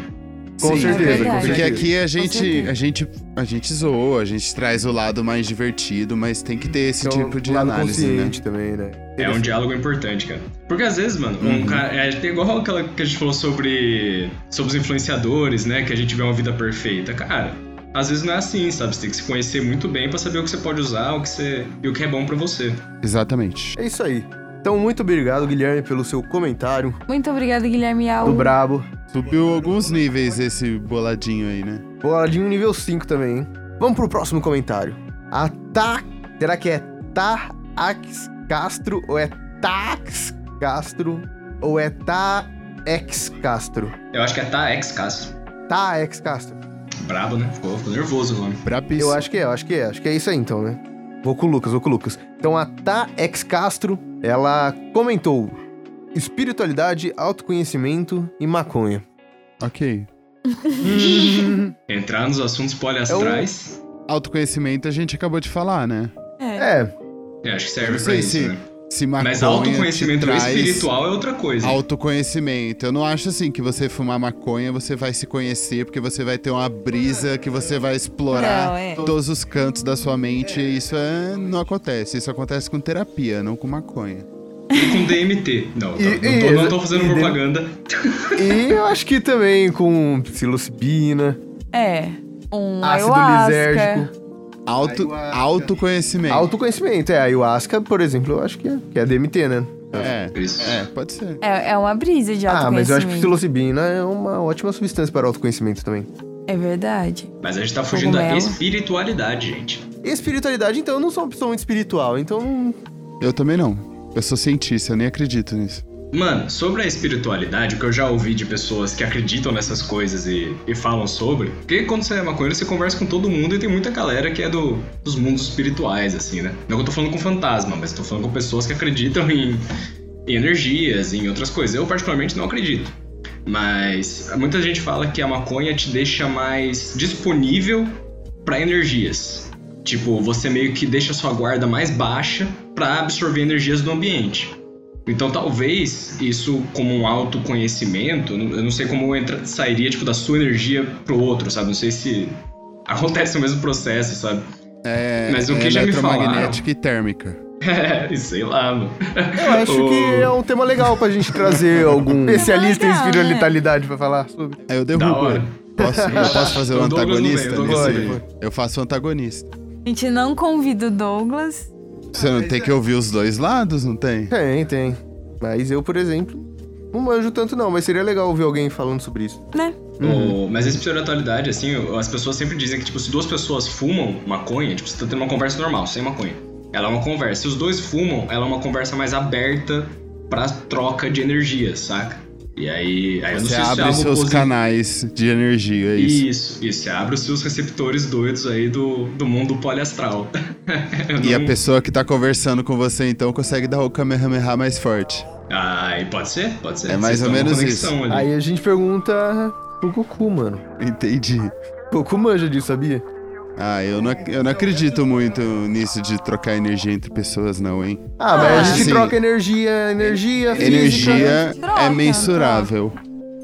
Speaker 1: Com
Speaker 2: Sim,
Speaker 1: certeza,
Speaker 4: é
Speaker 1: com
Speaker 4: verdade.
Speaker 2: Porque
Speaker 1: certeza.
Speaker 2: aqui a gente,
Speaker 4: certeza.
Speaker 2: a gente a gente zoa, a gente traz o lado mais divertido, mas tem que ter esse
Speaker 1: Que é um
Speaker 2: tipo de
Speaker 1: lado
Speaker 2: análise, né?
Speaker 1: consciente também, né?
Speaker 3: É um diálogo importante, cara. Porque às vezes, mano, um cara. É até igual aquela que a gente falou sobre. Sobre os influenciadores, né? Que a gente vê uma vida perfeita. Cara, às vezes não é assim, sabe? Você tem que se conhecer muito bem pra saber o que você pode usar o que você, e o que é bom pra você.
Speaker 2: Exatamente.
Speaker 1: É isso aí. Então, muito obrigado, Guilherme, pelo seu comentário
Speaker 4: Muito obrigada, Guilherme Al.
Speaker 1: do Brabo.
Speaker 2: Subiu alguns níveis esse boladinho aí, né?
Speaker 1: Boladinho um nível 5 também, hein? Vamos pro próximo comentário. A Ta... Será que é Tax Castro ou é Tax Castro ou é Tax Castro?
Speaker 3: Eu acho que é Taex Castro.
Speaker 1: Tax Castro.
Speaker 3: Brabo, né? Ficou, ficou nervoso o nome.
Speaker 2: Brapíssimo.
Speaker 1: Eu acho que é, eu acho que é, acho que é isso aí então, né? Vou com o Lucas, vou com o Lucas. Então a Tá Ex Castro, ela comentou: espiritualidade, autoconhecimento e
Speaker 4: <laughs>
Speaker 1: maconha.
Speaker 2: Ok.
Speaker 3: Entrar nos assuntos poliastrais.
Speaker 2: Autoconhecimento a gente acabou de falar, né?
Speaker 4: É.
Speaker 1: É,
Speaker 3: É, acho que serve
Speaker 2: Não
Speaker 3: pra
Speaker 2: sei
Speaker 3: isso,
Speaker 2: se
Speaker 3: né?
Speaker 2: Se maconha
Speaker 3: Mas autoconhecimento
Speaker 2: te traz
Speaker 3: espiritual é outra coisa.
Speaker 2: Autoconhecimento. Eu não acho assim que você fumar maconha, você vai se conhecer, porque você vai ter uma brisa que você vai explorar
Speaker 4: Não, é.
Speaker 2: todos os cantos da sua mente. Isso é- não acontece. Isso acontece com terapia, não com maconha.
Speaker 3: E com DMT. Não, tá,
Speaker 1: E-
Speaker 3: não,
Speaker 1: e-
Speaker 3: tô, não tô fazendo
Speaker 1: e-
Speaker 3: propaganda.
Speaker 1: e eu acho que também com psilocibina,
Speaker 4: É. Um
Speaker 1: ácido
Speaker 4: ayahuasca.
Speaker 1: Ah, lisérgico.
Speaker 2: Auto, autoconhecimento.
Speaker 1: Autoconhecimento, é, ayahuasca, por exemplo, eu acho que é, que é DMT, né?
Speaker 2: É,
Speaker 3: Isso.
Speaker 2: é, pode ser.
Speaker 4: É, é uma brisa de
Speaker 1: Ah, mas eu acho que
Speaker 4: autoconhecimento.
Speaker 1: psilocibina é uma ótima substância para autoconhecimento também.
Speaker 4: É verdade.
Speaker 3: Mas a gente tá fugindo da
Speaker 4: Cogumelo.
Speaker 3: espiritualidade, gente.
Speaker 1: Espiritualidade, então, eu não sou uma pessoa muito espiritual, então não
Speaker 2: Eu também não. Eu sou cientista, eu nem acredito nisso.
Speaker 3: Mano, sobre a espiritualidade, o que eu já ouvi de pessoas que acreditam nessas coisas e, e falam sobre. Porque quando você é maconheiro, você conversa com todo mundo e tem muita galera que é do, dos mundos espirituais, assim, né? Não que eu tô falando com fantasma, mas eu tô falando com pessoas que acreditam em, em energias, em outras coisas. Eu, particularmente, não acredito. Mas muita gente fala que a maconha te deixa mais disponível pra energias. Tipo, você meio que deixa sua guarda mais baixa pra absorver energias do ambiente. Então talvez isso como um autoconhecimento, eu não- eu não sei como entra, sairia tipo da sua energia pro outro, sabe? Não sei se acontece o mesmo processo, sabe? <laughs>
Speaker 2: É,
Speaker 3: Mas o que já me falaram-
Speaker 2: eletromagnética e térmica.
Speaker 3: É, sei lá, mano.
Speaker 1: Eu acho que é um tema legal pra gente trazer algum especialista
Speaker 4: legal,
Speaker 1: em
Speaker 4: né?
Speaker 1: espiritualidade pra falar sobre.
Speaker 2: Aí eu
Speaker 3: Da
Speaker 2: derrubo.
Speaker 3: hora.
Speaker 2: ele.
Speaker 3: <laughs>
Speaker 2: Posso, eu posso fazer o
Speaker 3: O Douglas não
Speaker 2: antagonista?
Speaker 3: veio, o
Speaker 2: nesse-
Speaker 3: Douglas
Speaker 1: não
Speaker 2: eu faço o antagonista.
Speaker 4: A gente não convida o Douglas.
Speaker 2: Você não tem que ouvir os dois lados, não tem?
Speaker 1: Tem, tem. Mas eu, por exemplo, não manjo tanto não, mas seria legal ouvir alguém falando sobre isso.
Speaker 4: Né?
Speaker 1: Uhum.
Speaker 3: O- mas a espiritualidade, assim, as pessoas sempre dizem que, tipo, se duas pessoas fumam maconha, tipo, você tá tendo uma conversa normal, sem maconha. Ela é uma conversa. Se os dois fumam, ela é uma conversa mais aberta pra troca de energia, saca? E aí, aí eu não
Speaker 2: Você
Speaker 3: sei se é
Speaker 2: abre
Speaker 3: algo
Speaker 2: seus
Speaker 3: positivo.
Speaker 2: canais de energia, é isso.
Speaker 3: Isso, isso. Você abre os seus receptores doidos aí do, do mundo poliastral. <laughs> Eu
Speaker 2: E a
Speaker 3: não-
Speaker 2: pessoa que tá conversando com você, então, consegue dar o Kamehameha mais forte. <laughs>
Speaker 3: Ah, e pode ser, pode ser.
Speaker 2: É mais
Speaker 3: Vocês estão
Speaker 2: ou
Speaker 3: numa
Speaker 2: menos
Speaker 3: conexão
Speaker 2: isso.
Speaker 3: ali.
Speaker 1: Aí a gente pergunta pro Goku, mano.
Speaker 2: Entendi.
Speaker 1: Goku manja disso, sabia?
Speaker 2: Ah, eu não, ac- eu não acredito muito nisso de trocar energia entre pessoas, não, hein?
Speaker 1: Ah, mas a
Speaker 4: Ah,
Speaker 1: gente
Speaker 2: sim.
Speaker 1: troca energia, energia, física.
Speaker 2: Energia
Speaker 4: né? Troca,
Speaker 2: é mensurável.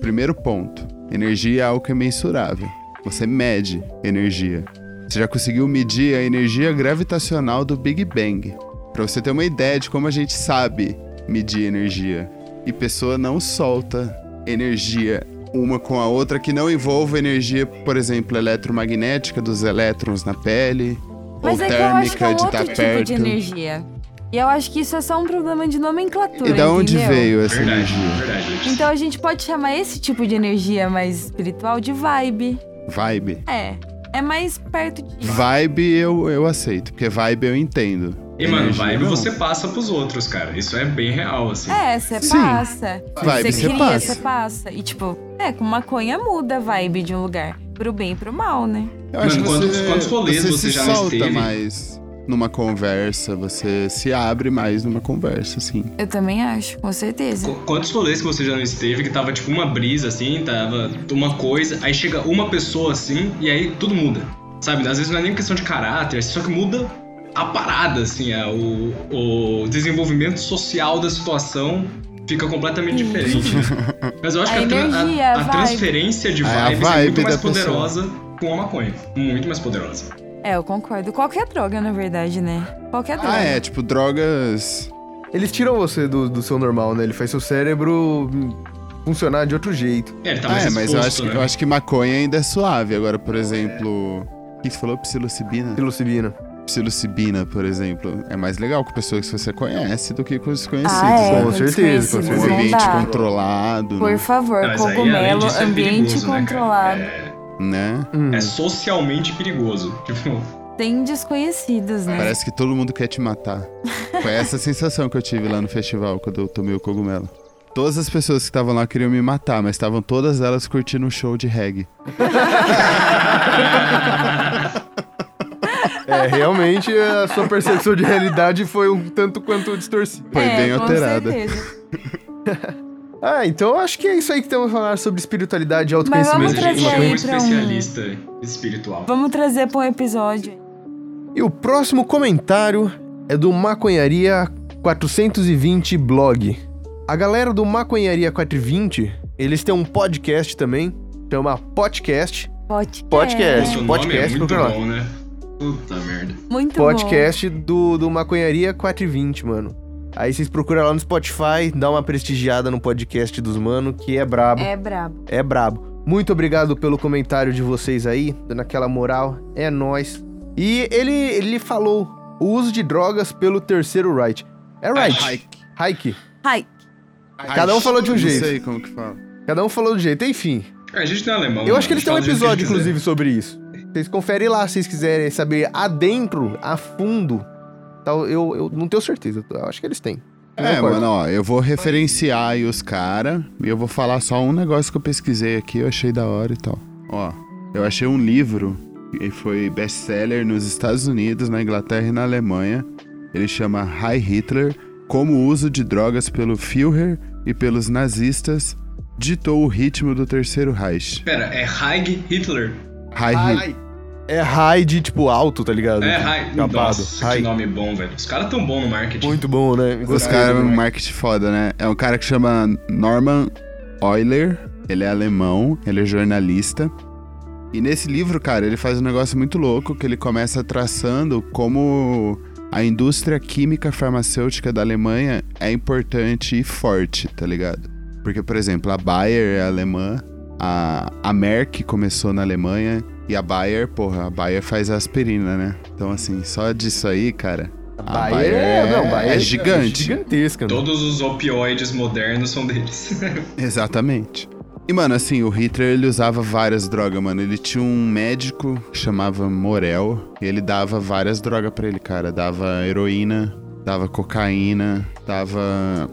Speaker 2: Primeiro ponto. Energia é algo que é mensurável. Você mede energia. Você já conseguiu medir a energia gravitacional do Big Bang. Pra você ter uma ideia de como a gente sabe medir energia. E pessoa não solta energia uma com a outra que não envolva energia, por exemplo, eletromagnética dos elétrons na pele.
Speaker 4: Mas
Speaker 2: ou
Speaker 4: é que eu acho que
Speaker 2: térmica
Speaker 4: é um
Speaker 2: de
Speaker 4: outro
Speaker 2: estar
Speaker 4: tipo
Speaker 2: perto.
Speaker 4: de energia. E eu acho que isso é só um problema de nomenclatura.
Speaker 2: e da onde
Speaker 4: entendeu?
Speaker 2: veio essa
Speaker 3: Verdade,
Speaker 2: energia?
Speaker 3: verdade. gente.
Speaker 4: Então a gente pode chamar esse tipo de energia mais espiritual de vibe.
Speaker 2: Vibe.
Speaker 4: É. É mais perto de.
Speaker 2: Vibe eu, eu aceito, porque vibe eu entendo.
Speaker 3: E, mano,
Speaker 2: Energia, é
Speaker 3: vibe
Speaker 2: não.
Speaker 3: você passa pros outros, cara. Isso é bem real, assim.
Speaker 4: É, você
Speaker 2: Sim.
Speaker 4: passa. você
Speaker 2: Vibe você
Speaker 4: cria,
Speaker 2: passa.
Speaker 4: você passa. E tipo, é, com maconha muda a vibe de um lugar. Pro bem e pro mal, né?
Speaker 2: Eu
Speaker 3: Mano, quantos- quantos rolês você
Speaker 2: se
Speaker 3: já não
Speaker 2: solta
Speaker 3: esteve?
Speaker 2: mais numa conversa, você se abre mais numa conversa, assim.
Speaker 4: Eu também acho, com certeza.
Speaker 3: Qu- Quantos rolês que você já não esteve que tava tipo uma brisa assim, tava uma coisa, aí chega uma pessoa assim e aí tudo muda. Sabe? Às vezes não é nem questão de caráter, só que muda a parada, assim, é, o, o desenvolvimento social da situação fica completamente
Speaker 4: Sim.
Speaker 2: <laughs>
Speaker 3: diferente. né? Mas eu acho
Speaker 4: A
Speaker 3: que a, tran- a-
Speaker 4: energia, a
Speaker 3: a
Speaker 4: vibe.
Speaker 3: transferência de
Speaker 2: É, a
Speaker 3: vibes é
Speaker 2: vibe
Speaker 3: muito mais
Speaker 2: da pessoa.
Speaker 3: poderosa com a maconha. Muito mais poderosa.
Speaker 4: É, eu concordo. Qualquer droga, na verdade, né? Qualquer droga.
Speaker 2: Ah, é, tipo, drogas.
Speaker 1: Eles tiram você do, do seu normal, né? Ele faz seu cérebro hum, funcionar de outro jeito.
Speaker 3: É, ele tá
Speaker 2: ah,
Speaker 3: mais
Speaker 2: é, mas eu
Speaker 3: exposto,
Speaker 2: acho, que-
Speaker 3: né?
Speaker 2: eu acho que maconha ainda é suave. Agora, por exemplo. O que você falou? Psilocibina?
Speaker 1: Psilocibina.
Speaker 2: Psilocibina, por exemplo. É mais legal com pessoas que você conhece do que com desconhecidos.
Speaker 4: Ah, é,
Speaker 2: né?
Speaker 1: com
Speaker 4: com
Speaker 1: certeza, com
Speaker 4: desconhecidos,
Speaker 2: Um
Speaker 1: certeza.
Speaker 4: não
Speaker 2: ambiente
Speaker 4: dá.
Speaker 2: controlado,
Speaker 4: Por favor,
Speaker 3: Não, mas aí, além
Speaker 4: cogumelo,
Speaker 3: disso, é
Speaker 4: ambiente
Speaker 3: perigoso, né, cara?
Speaker 4: controlado.
Speaker 2: né?
Speaker 1: Hum.
Speaker 3: É, é socialmente perigoso. <laughs> Tipo,
Speaker 4: Tem desconhecidos, né?
Speaker 2: Parece que todo mundo quer te matar. Foi essa a sensação que eu tive lá no festival quando eu tomei o cogumelo. Todas as pessoas que estavam lá queriam me matar, mas estavam todas elas curtindo um show de reggae.
Speaker 1: É, realmente a sua percepção de realidade foi um tanto quanto distorcida.
Speaker 2: Foi
Speaker 4: É,
Speaker 2: bem
Speaker 4: com
Speaker 2: alterada.
Speaker 4: certeza.
Speaker 1: Ah, então acho que é isso aí que temos a falar sobre espiritualidade e
Speaker 4: Mas
Speaker 1: autoconhecimento.
Speaker 4: vamos
Speaker 3: mas a gente
Speaker 4: trazer
Speaker 3: chama
Speaker 4: aí
Speaker 3: um
Speaker 4: pra um-
Speaker 3: especialista espiritual.
Speaker 4: Vamos trazer pra um episódio.
Speaker 1: E o próximo comentário é do Maconharia 420 blog. A galera do Maconharia 420, eles têm um podcast também, chama Podcast.
Speaker 4: Podcast.
Speaker 1: Podcast.
Speaker 3: Puta, o nome
Speaker 1: podcast,
Speaker 3: é muito
Speaker 1: procura lá.
Speaker 3: bom, né? Puta merda.
Speaker 4: Muito
Speaker 1: podcast do, do Maconharia 420, mano. Aí vocês procuram lá no Spotify, dá uma prestigiada no podcast dos mano, que é brabo.
Speaker 4: bom. É brabo.
Speaker 1: É brabo. Muito obrigado pelo comentário de vocês aí, dando aquela moral. É nóis. E ele, ele falou o uso de drogas pelo terceiro right. É right. Hike.
Speaker 4: Ai,
Speaker 1: Cada um falou de um jeito.
Speaker 2: Não sei como que fala.
Speaker 1: Cada um falou do jeito. Enfim,
Speaker 3: A gente não é alemão.
Speaker 1: eu acho que
Speaker 3: mano,
Speaker 1: eles têm um
Speaker 3: a gente fala do
Speaker 1: episódio,
Speaker 3: jeito que a gente
Speaker 1: inclusive, sobre isso. Vocês conferem lá se vocês quiserem saber adentro, a fundo. Tal, eu, eu não tenho certeza. Eu acho que eles têm. Mas
Speaker 2: É,
Speaker 1: não importa.
Speaker 2: mano, ó, eu vou referenciar aí os caras e eu vou falar só um negócio que eu pesquisei aqui, eu achei da hora e tal. Ó, eu achei um livro e foi best-seller nos Estados Unidos, na Inglaterra e na Alemanha. Ele chama High Hitler, como o uso de drogas pelo Führer e pelos nazistas ditou o ritmo do Terceiro Reich.
Speaker 3: Pera, é Heig Hitler?
Speaker 2: High Hitler.
Speaker 1: É high de tipo alto, tá ligado?
Speaker 3: É Heig.
Speaker 1: Acabado.
Speaker 3: Nossa,
Speaker 1: High.
Speaker 3: que nome bom, velho. Os caras tão bom no marketing.
Speaker 1: Muito bom, né?
Speaker 2: Os
Speaker 1: Gostei
Speaker 2: caras,
Speaker 1: demais.
Speaker 2: um marketing foda, né? É um cara que chama Norman Euler. Ele é alemão, ele é jornalista. E nesse livro, cara, ele faz um negócio muito louco que ele começa traçando como a indústria química farmacêutica da Alemanha é importante e forte, tá ligado? Porque, por exemplo, a Bayer é alemã, a, a Merck começou na Alemanha e a Bayer, porra, a Bayer faz aspirina, né? Então, assim, só disso aí, cara.
Speaker 1: A Bayer, é, não, Bayer
Speaker 2: é gigante.
Speaker 1: Gigantesca. né? mano.
Speaker 3: Todos os opioides modernos são deles. <laughs>
Speaker 2: Exatamente. E, mano, assim, o Hitler, ele usava várias drogas, mano. Ele tinha um médico que chamava Morel. E ele dava várias drogas pra ele, cara. Dava heroína, dava cocaína, dava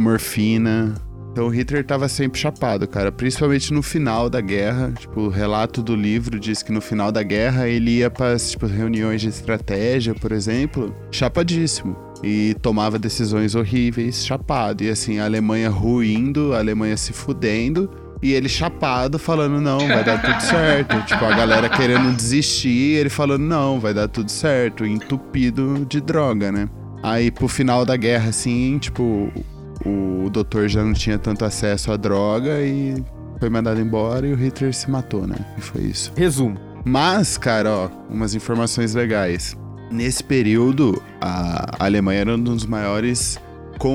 Speaker 2: morfina. Então o Hitler tava sempre chapado, cara. Principalmente no final da guerra. Tipo, o relato do livro diz que no final da guerra ele ia pras, tipo, reuniões de estratégia, por exemplo, chapadíssimo. e tomava decisões horríveis, chapado. E assim, a Alemanha ruindo, a Alemanha se fudendo. E ele chapado falando, não, vai dar tudo certo. tipo, a galera querendo desistir, e ele falando, não, vai dar tudo certo. Entupido de droga, né? Aí pro final da guerra, assim, tipo, o, o doutor já não tinha tanto acesso à droga e foi mandado embora e o Hitler se matou, né? E foi isso.
Speaker 1: Resumo.
Speaker 2: Mas, cara, ó, umas informações legais. Nesse período, a Alemanha era um dos maiores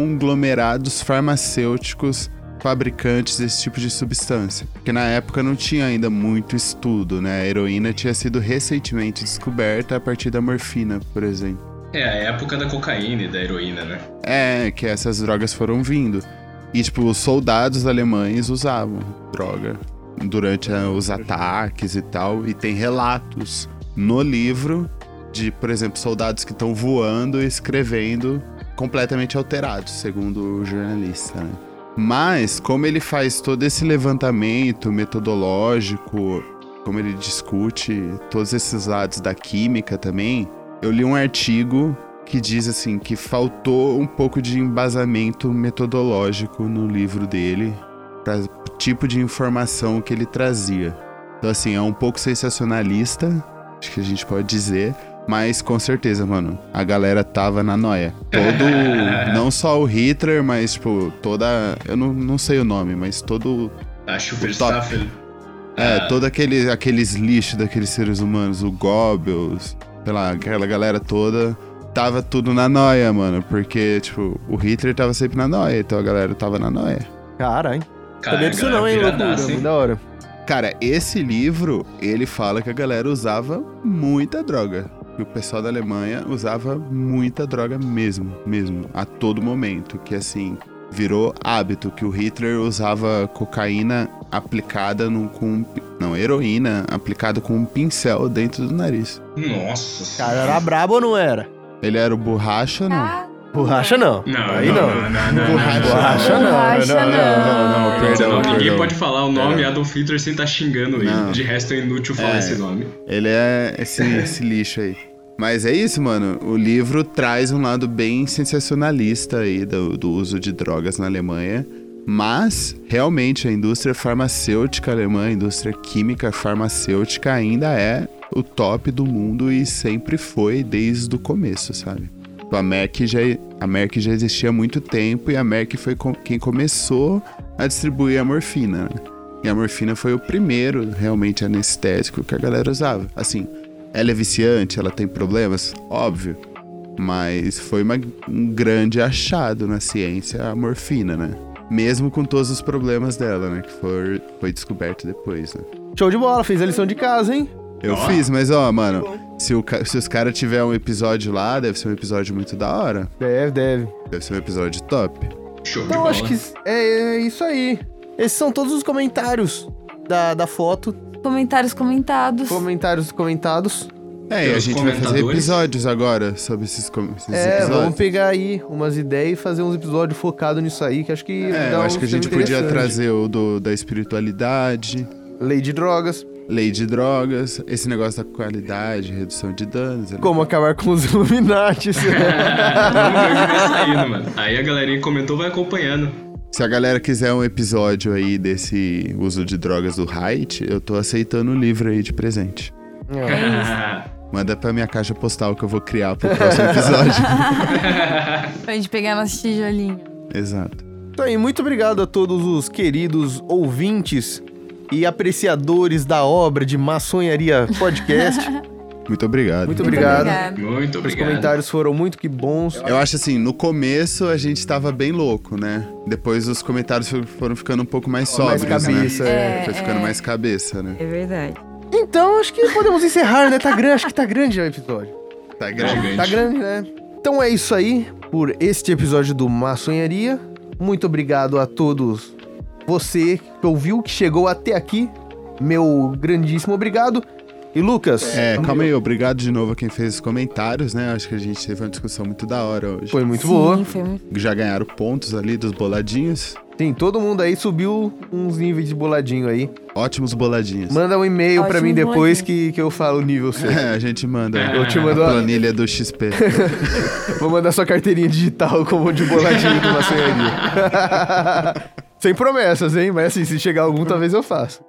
Speaker 2: conglomerados farmacêuticos fabricantes desse tipo de substância. Porque na época não tinha ainda muito estudo, né? A heroína tinha sido recentemente descoberta a partir da morfina, por exemplo.
Speaker 3: É a época da cocaína e da heroína, né?
Speaker 2: É, que essas drogas foram vindo. E, tipo, os soldados alemães usavam droga durante ah, os ataques e tal. E tem relatos no livro de, por exemplo, soldados que estão voando e escrevendo completamente alterados, segundo o jornalista, né? Mas, como ele faz todo esse levantamento metodológico, como ele discute todos esses lados da química também, eu li um artigo que diz assim que faltou um pouco de embasamento metodológico no livro dele para tipo de informação que ele trazia. Então assim, é um pouco sensacionalista, acho que a gente pode dizer, mas com certeza, mano, a galera tava na noia. Todo não só o Hitler, mas tipo toda, eu não, não sei o nome, mas todo
Speaker 3: Acho o Verstappen.
Speaker 2: é, todo aquele aqueles lixos daqueles seres humanos, o Goebbels, sei lá, aquela galera toda tava tudo na noia, mano. Porque, tipo, o Hitler tava sempre na noia, então a galera tava na noia.
Speaker 1: Caralho.
Speaker 3: é
Speaker 1: Sabia disso não, hein, loucura? Muito da hora.
Speaker 2: Cara, esse livro, ele fala que a galera usava muita droga. E o pessoal da Alemanha usava muita droga mesmo, mesmo, a todo momento. Que assim, virou hábito que o Hitler usava cocaína aplicada num, com. um pi- Não, heroína aplicada com um pincel dentro do nariz.
Speaker 3: Nossa
Speaker 1: Cara, era brabo ou não era?
Speaker 2: Ele era o borracha, não?
Speaker 4: tá
Speaker 1: Borracha não.
Speaker 3: Não,
Speaker 1: Aí
Speaker 3: não,
Speaker 1: não.
Speaker 3: não, não, não,
Speaker 2: Borracha.
Speaker 1: Borracha não.
Speaker 4: Borracha não.
Speaker 2: não, perdão,
Speaker 3: Senão ninguém
Speaker 2: perdão.
Speaker 3: pode falar o nome Adolf Hitler sem tá xingando ele.
Speaker 2: Não.
Speaker 3: De resto é inútil falar
Speaker 2: É.
Speaker 3: esse nome.
Speaker 2: Ele é esse, esse lixo aí. Mas é isso, mano. O livro traz um lado bem sensacionalista aí do, do uso de drogas na Alemanha. Mas, realmente, a indústria farmacêutica alemã, a indústria química farmacêutica ainda é o top do mundo e sempre foi desde o começo, sabe? A Merck já, a Merck já existia há muito tempo e a Merck foi com- quem começou a distribuir a morfina, né? E a morfina foi o primeiro realmente anestésico que a galera usava. Assim, ela é viciante, ela tem problemas? Óbvio. Mas foi uma- um grande achado na ciência a morfina, né? Mesmo com todos os problemas dela, né? Que for- foi descoberto depois, né?
Speaker 1: Show de bola, fez a lição de casa, hein?
Speaker 2: Eu fiz, mas ó, mano, se, o ca- se os caras tiver um episódio lá, deve ser um episódio muito da hora.
Speaker 1: Deve, deve.
Speaker 2: Deve ser um episódio top.
Speaker 3: Show de
Speaker 1: Então
Speaker 3: bola.
Speaker 1: acho que é, é isso aí. Esses são todos os comentários da, da foto.
Speaker 4: Comentários comentados.
Speaker 1: Comentários comentados.
Speaker 2: É, e a
Speaker 3: Pelos
Speaker 2: gente vai fazer
Speaker 3: comentadores.
Speaker 2: episódios agora sobre esses, com- esses
Speaker 1: É,
Speaker 2: episódios.
Speaker 1: vamos pegar aí umas ideias e fazer uns episódios focados nisso aí, que acho que.
Speaker 2: É,
Speaker 1: dá
Speaker 2: eu
Speaker 1: um
Speaker 2: acho que a gente
Speaker 1: tema
Speaker 2: podia
Speaker 1: interessante.
Speaker 2: trazer o do, da espiritualidade,
Speaker 1: Lei de drogas,
Speaker 2: lei de drogas, esse negócio da qualidade, redução de danos. né?
Speaker 1: como acabar com os <laughs> Illuminati. é
Speaker 3: <laughs> Vamos ver o que vai saindo, mano. Aí a galerinha comentou, vai acompanhando.
Speaker 2: Se a galera quiser um episódio aí desse uso de drogas do Height, eu tô aceitando o livro aí de presente.
Speaker 4: É
Speaker 3: <laughs>
Speaker 2: Manda pra minha caixa postal que eu vou criar pro
Speaker 1: <laughs>
Speaker 2: próximo episódio.
Speaker 4: Pra gente pegar nosso tijolinho.
Speaker 2: Exato.
Speaker 1: Então aí, muito obrigado a todos os queridos ouvintes e apreciadores da obra de Maçonharia Podcast.
Speaker 2: Muito obrigado.
Speaker 1: Muito Obrigado.
Speaker 3: Muito
Speaker 1: Os
Speaker 3: obrigado.
Speaker 1: comentários foram muito que bons.
Speaker 2: Eu acho assim, no começo a gente tava bem louco, né? Depois os comentários fo- foram ficando um pouco mais
Speaker 1: Mais
Speaker 2: sóbrios,
Speaker 1: cabeça.
Speaker 2: né?
Speaker 1: é.
Speaker 2: Foi ficando mais cabeça, né?
Speaker 4: É verdade.
Speaker 1: Então, acho que podemos encerrar, né? Tá grande, acho que tá grande já o episódio.
Speaker 2: Tá grande.
Speaker 1: Tá grande, né? Então é isso aí por este episódio do Maçonharia. Muito obrigado a todos você que ouviu, que chegou até aqui. Meu grandíssimo obrigado. E Lucas,
Speaker 2: É, calma aí, obrigado de novo a quem fez os comentários, né? Acho que a gente teve uma discussão muito da hora hoje.
Speaker 1: foi muito
Speaker 4: Sim,
Speaker 1: boa.
Speaker 4: Foi muito...
Speaker 2: Já ganharam pontos ali dos boladinhos.
Speaker 1: Sim, todo mundo aí subiu uns níveis de boladinho aí.
Speaker 2: Ótimos boladinhos.
Speaker 1: Manda um e-mail pra
Speaker 4: Ótimo
Speaker 1: mim depois
Speaker 4: boladinho.
Speaker 1: que, que eu falo o nível seu.
Speaker 2: <laughs> É, a gente manda.
Speaker 1: Eu te mando
Speaker 2: a
Speaker 1: uma-
Speaker 2: planilha do XP.
Speaker 1: Vou mandar sua carteirinha digital com um monte de boladinho do maçonharia. <laughs> Sem promessas, hein? Mas assim, se chegar algum, talvez eu faça.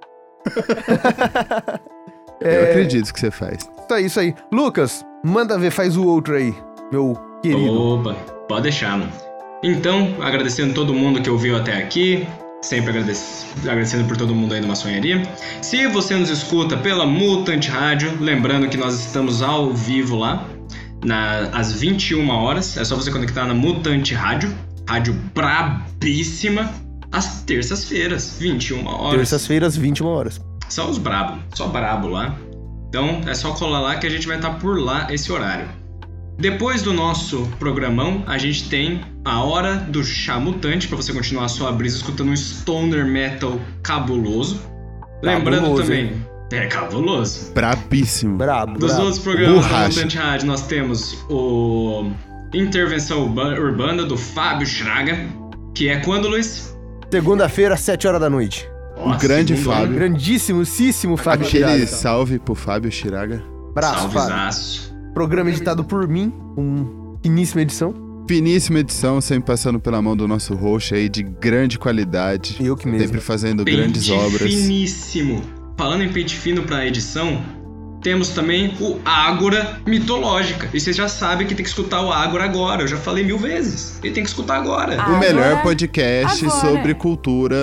Speaker 2: Eu
Speaker 1: É.
Speaker 2: acredito que você faz.
Speaker 1: Tá isso aí. Lucas, manda ver, faz o outro aí, meu querido.
Speaker 3: Opa, pode deixar, mano. Então, agradecendo todo mundo que ouviu até aqui. Sempre agradec- agradecendo por todo mundo aí numa sonharia. Se você nos escuta pela Mutante Rádio, lembrando que nós estamos ao vivo lá, na, às 21 horas. É só você conectar na Mutante Rádio, rádio brabíssima, às terças-feiras, 21 horas.
Speaker 1: Terças-feiras, 21 horas.
Speaker 3: São os brabo, só brabo lá. Então é só colar lá que a gente vai estar por lá esse horário. Depois do nosso programão, a gente tem a hora do chá mutante para você continuar a sua brisa escutando um stoner metal cabuloso. Lembrando
Speaker 1: Cabuloso,
Speaker 3: também, é cabuloso.
Speaker 2: Brabíssimo.
Speaker 1: Brabo,
Speaker 3: Dos
Speaker 1: brabo.
Speaker 3: outros programas da
Speaker 2: Borracha.
Speaker 3: Mutante Rádio, nós temos o Intervenção Urba- Urbana do Fábio Schraga, que é quando, Luiz?
Speaker 1: Segunda-feira, 7 horas da noite.
Speaker 2: O grande
Speaker 3: segunda,
Speaker 2: Fábio.
Speaker 1: Grandíssimo, císsimo Fábio
Speaker 2: Aquele
Speaker 1: Chiraga.
Speaker 2: salve pro Fábio Chiraga.
Speaker 1: Braço, Fábio.
Speaker 3: Salvezaço.
Speaker 1: Programa editado por mim, com finíssima edição.
Speaker 2: Finíssima edição, sempre passando pela mão do nosso host aí, de grande qualidade.
Speaker 1: Eu que mesmo.
Speaker 2: Sempre fazendo
Speaker 3: Pente
Speaker 2: grandes obras.
Speaker 3: finíssimo. Falando em pente fino pra edição, temos também o Ágora Mitológica. E vocês já sabem que tem que escutar o Ágora agora. Eu já falei mil vezes. E tem que escutar agora.
Speaker 4: Ah.
Speaker 2: O melhor
Speaker 4: Agora-
Speaker 2: podcast
Speaker 4: agora.
Speaker 2: sobre cultura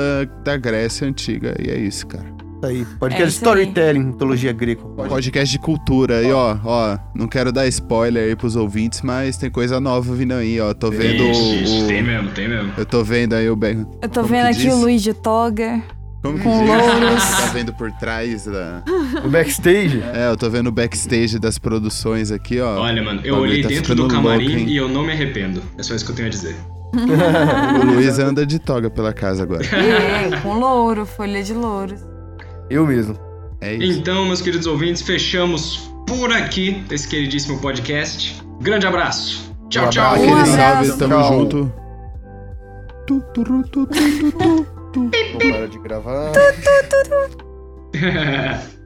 Speaker 2: da Grécia Antiga. E é isso, cara.
Speaker 1: Isso aí.
Speaker 4: É
Speaker 1: Podcast
Speaker 4: isso
Speaker 1: Storytelling, mitologia grega.
Speaker 2: Podcast de cultura. E ó, ó, não quero dar spoiler aí pros ouvintes, mas tem coisa nova vindo aí, ó. Tô vendo
Speaker 3: Ixi, ixi,
Speaker 2: o.
Speaker 3: Tem mesmo, tem mesmo.
Speaker 2: Eu tô vendo aí o Ben.
Speaker 4: Eu tô
Speaker 2: Como
Speaker 4: vendo
Speaker 2: que
Speaker 4: aqui
Speaker 2: diz?
Speaker 4: o Luiz de Toga.
Speaker 2: Como que
Speaker 4: Com
Speaker 2: diz?
Speaker 4: louros.
Speaker 2: Tá vendo por trás da.
Speaker 1: O backstage.
Speaker 2: É, eu tô vendo o backstage das produções aqui, ó.
Speaker 3: Olha, mano, eu
Speaker 2: O bagulho
Speaker 3: olhei
Speaker 2: tá
Speaker 3: dentro
Speaker 2: ficando
Speaker 3: do camarim
Speaker 2: louco, hein?
Speaker 3: e eu não me arrependo. É só isso que eu tenho a dizer.
Speaker 2: O Luiz anda de toga pela casa agora.
Speaker 4: E É, com louro, folha de louro.
Speaker 1: Eu mesmo.
Speaker 2: É isso.
Speaker 3: Então, meus queridos ouvintes, fechamos por aqui esse queridíssimo podcast. Grande abraço. Tchau,
Speaker 1: Um
Speaker 3: tchau.
Speaker 4: abraço.
Speaker 2: Aquele
Speaker 4: Um
Speaker 2: salve,
Speaker 4: abraço.
Speaker 2: tamo
Speaker 1: Tchau.
Speaker 2: junto. Tu, tu, ru, tu, tu, tu, tu, tu.
Speaker 3: <laughs>
Speaker 1: Vou parar de gravar.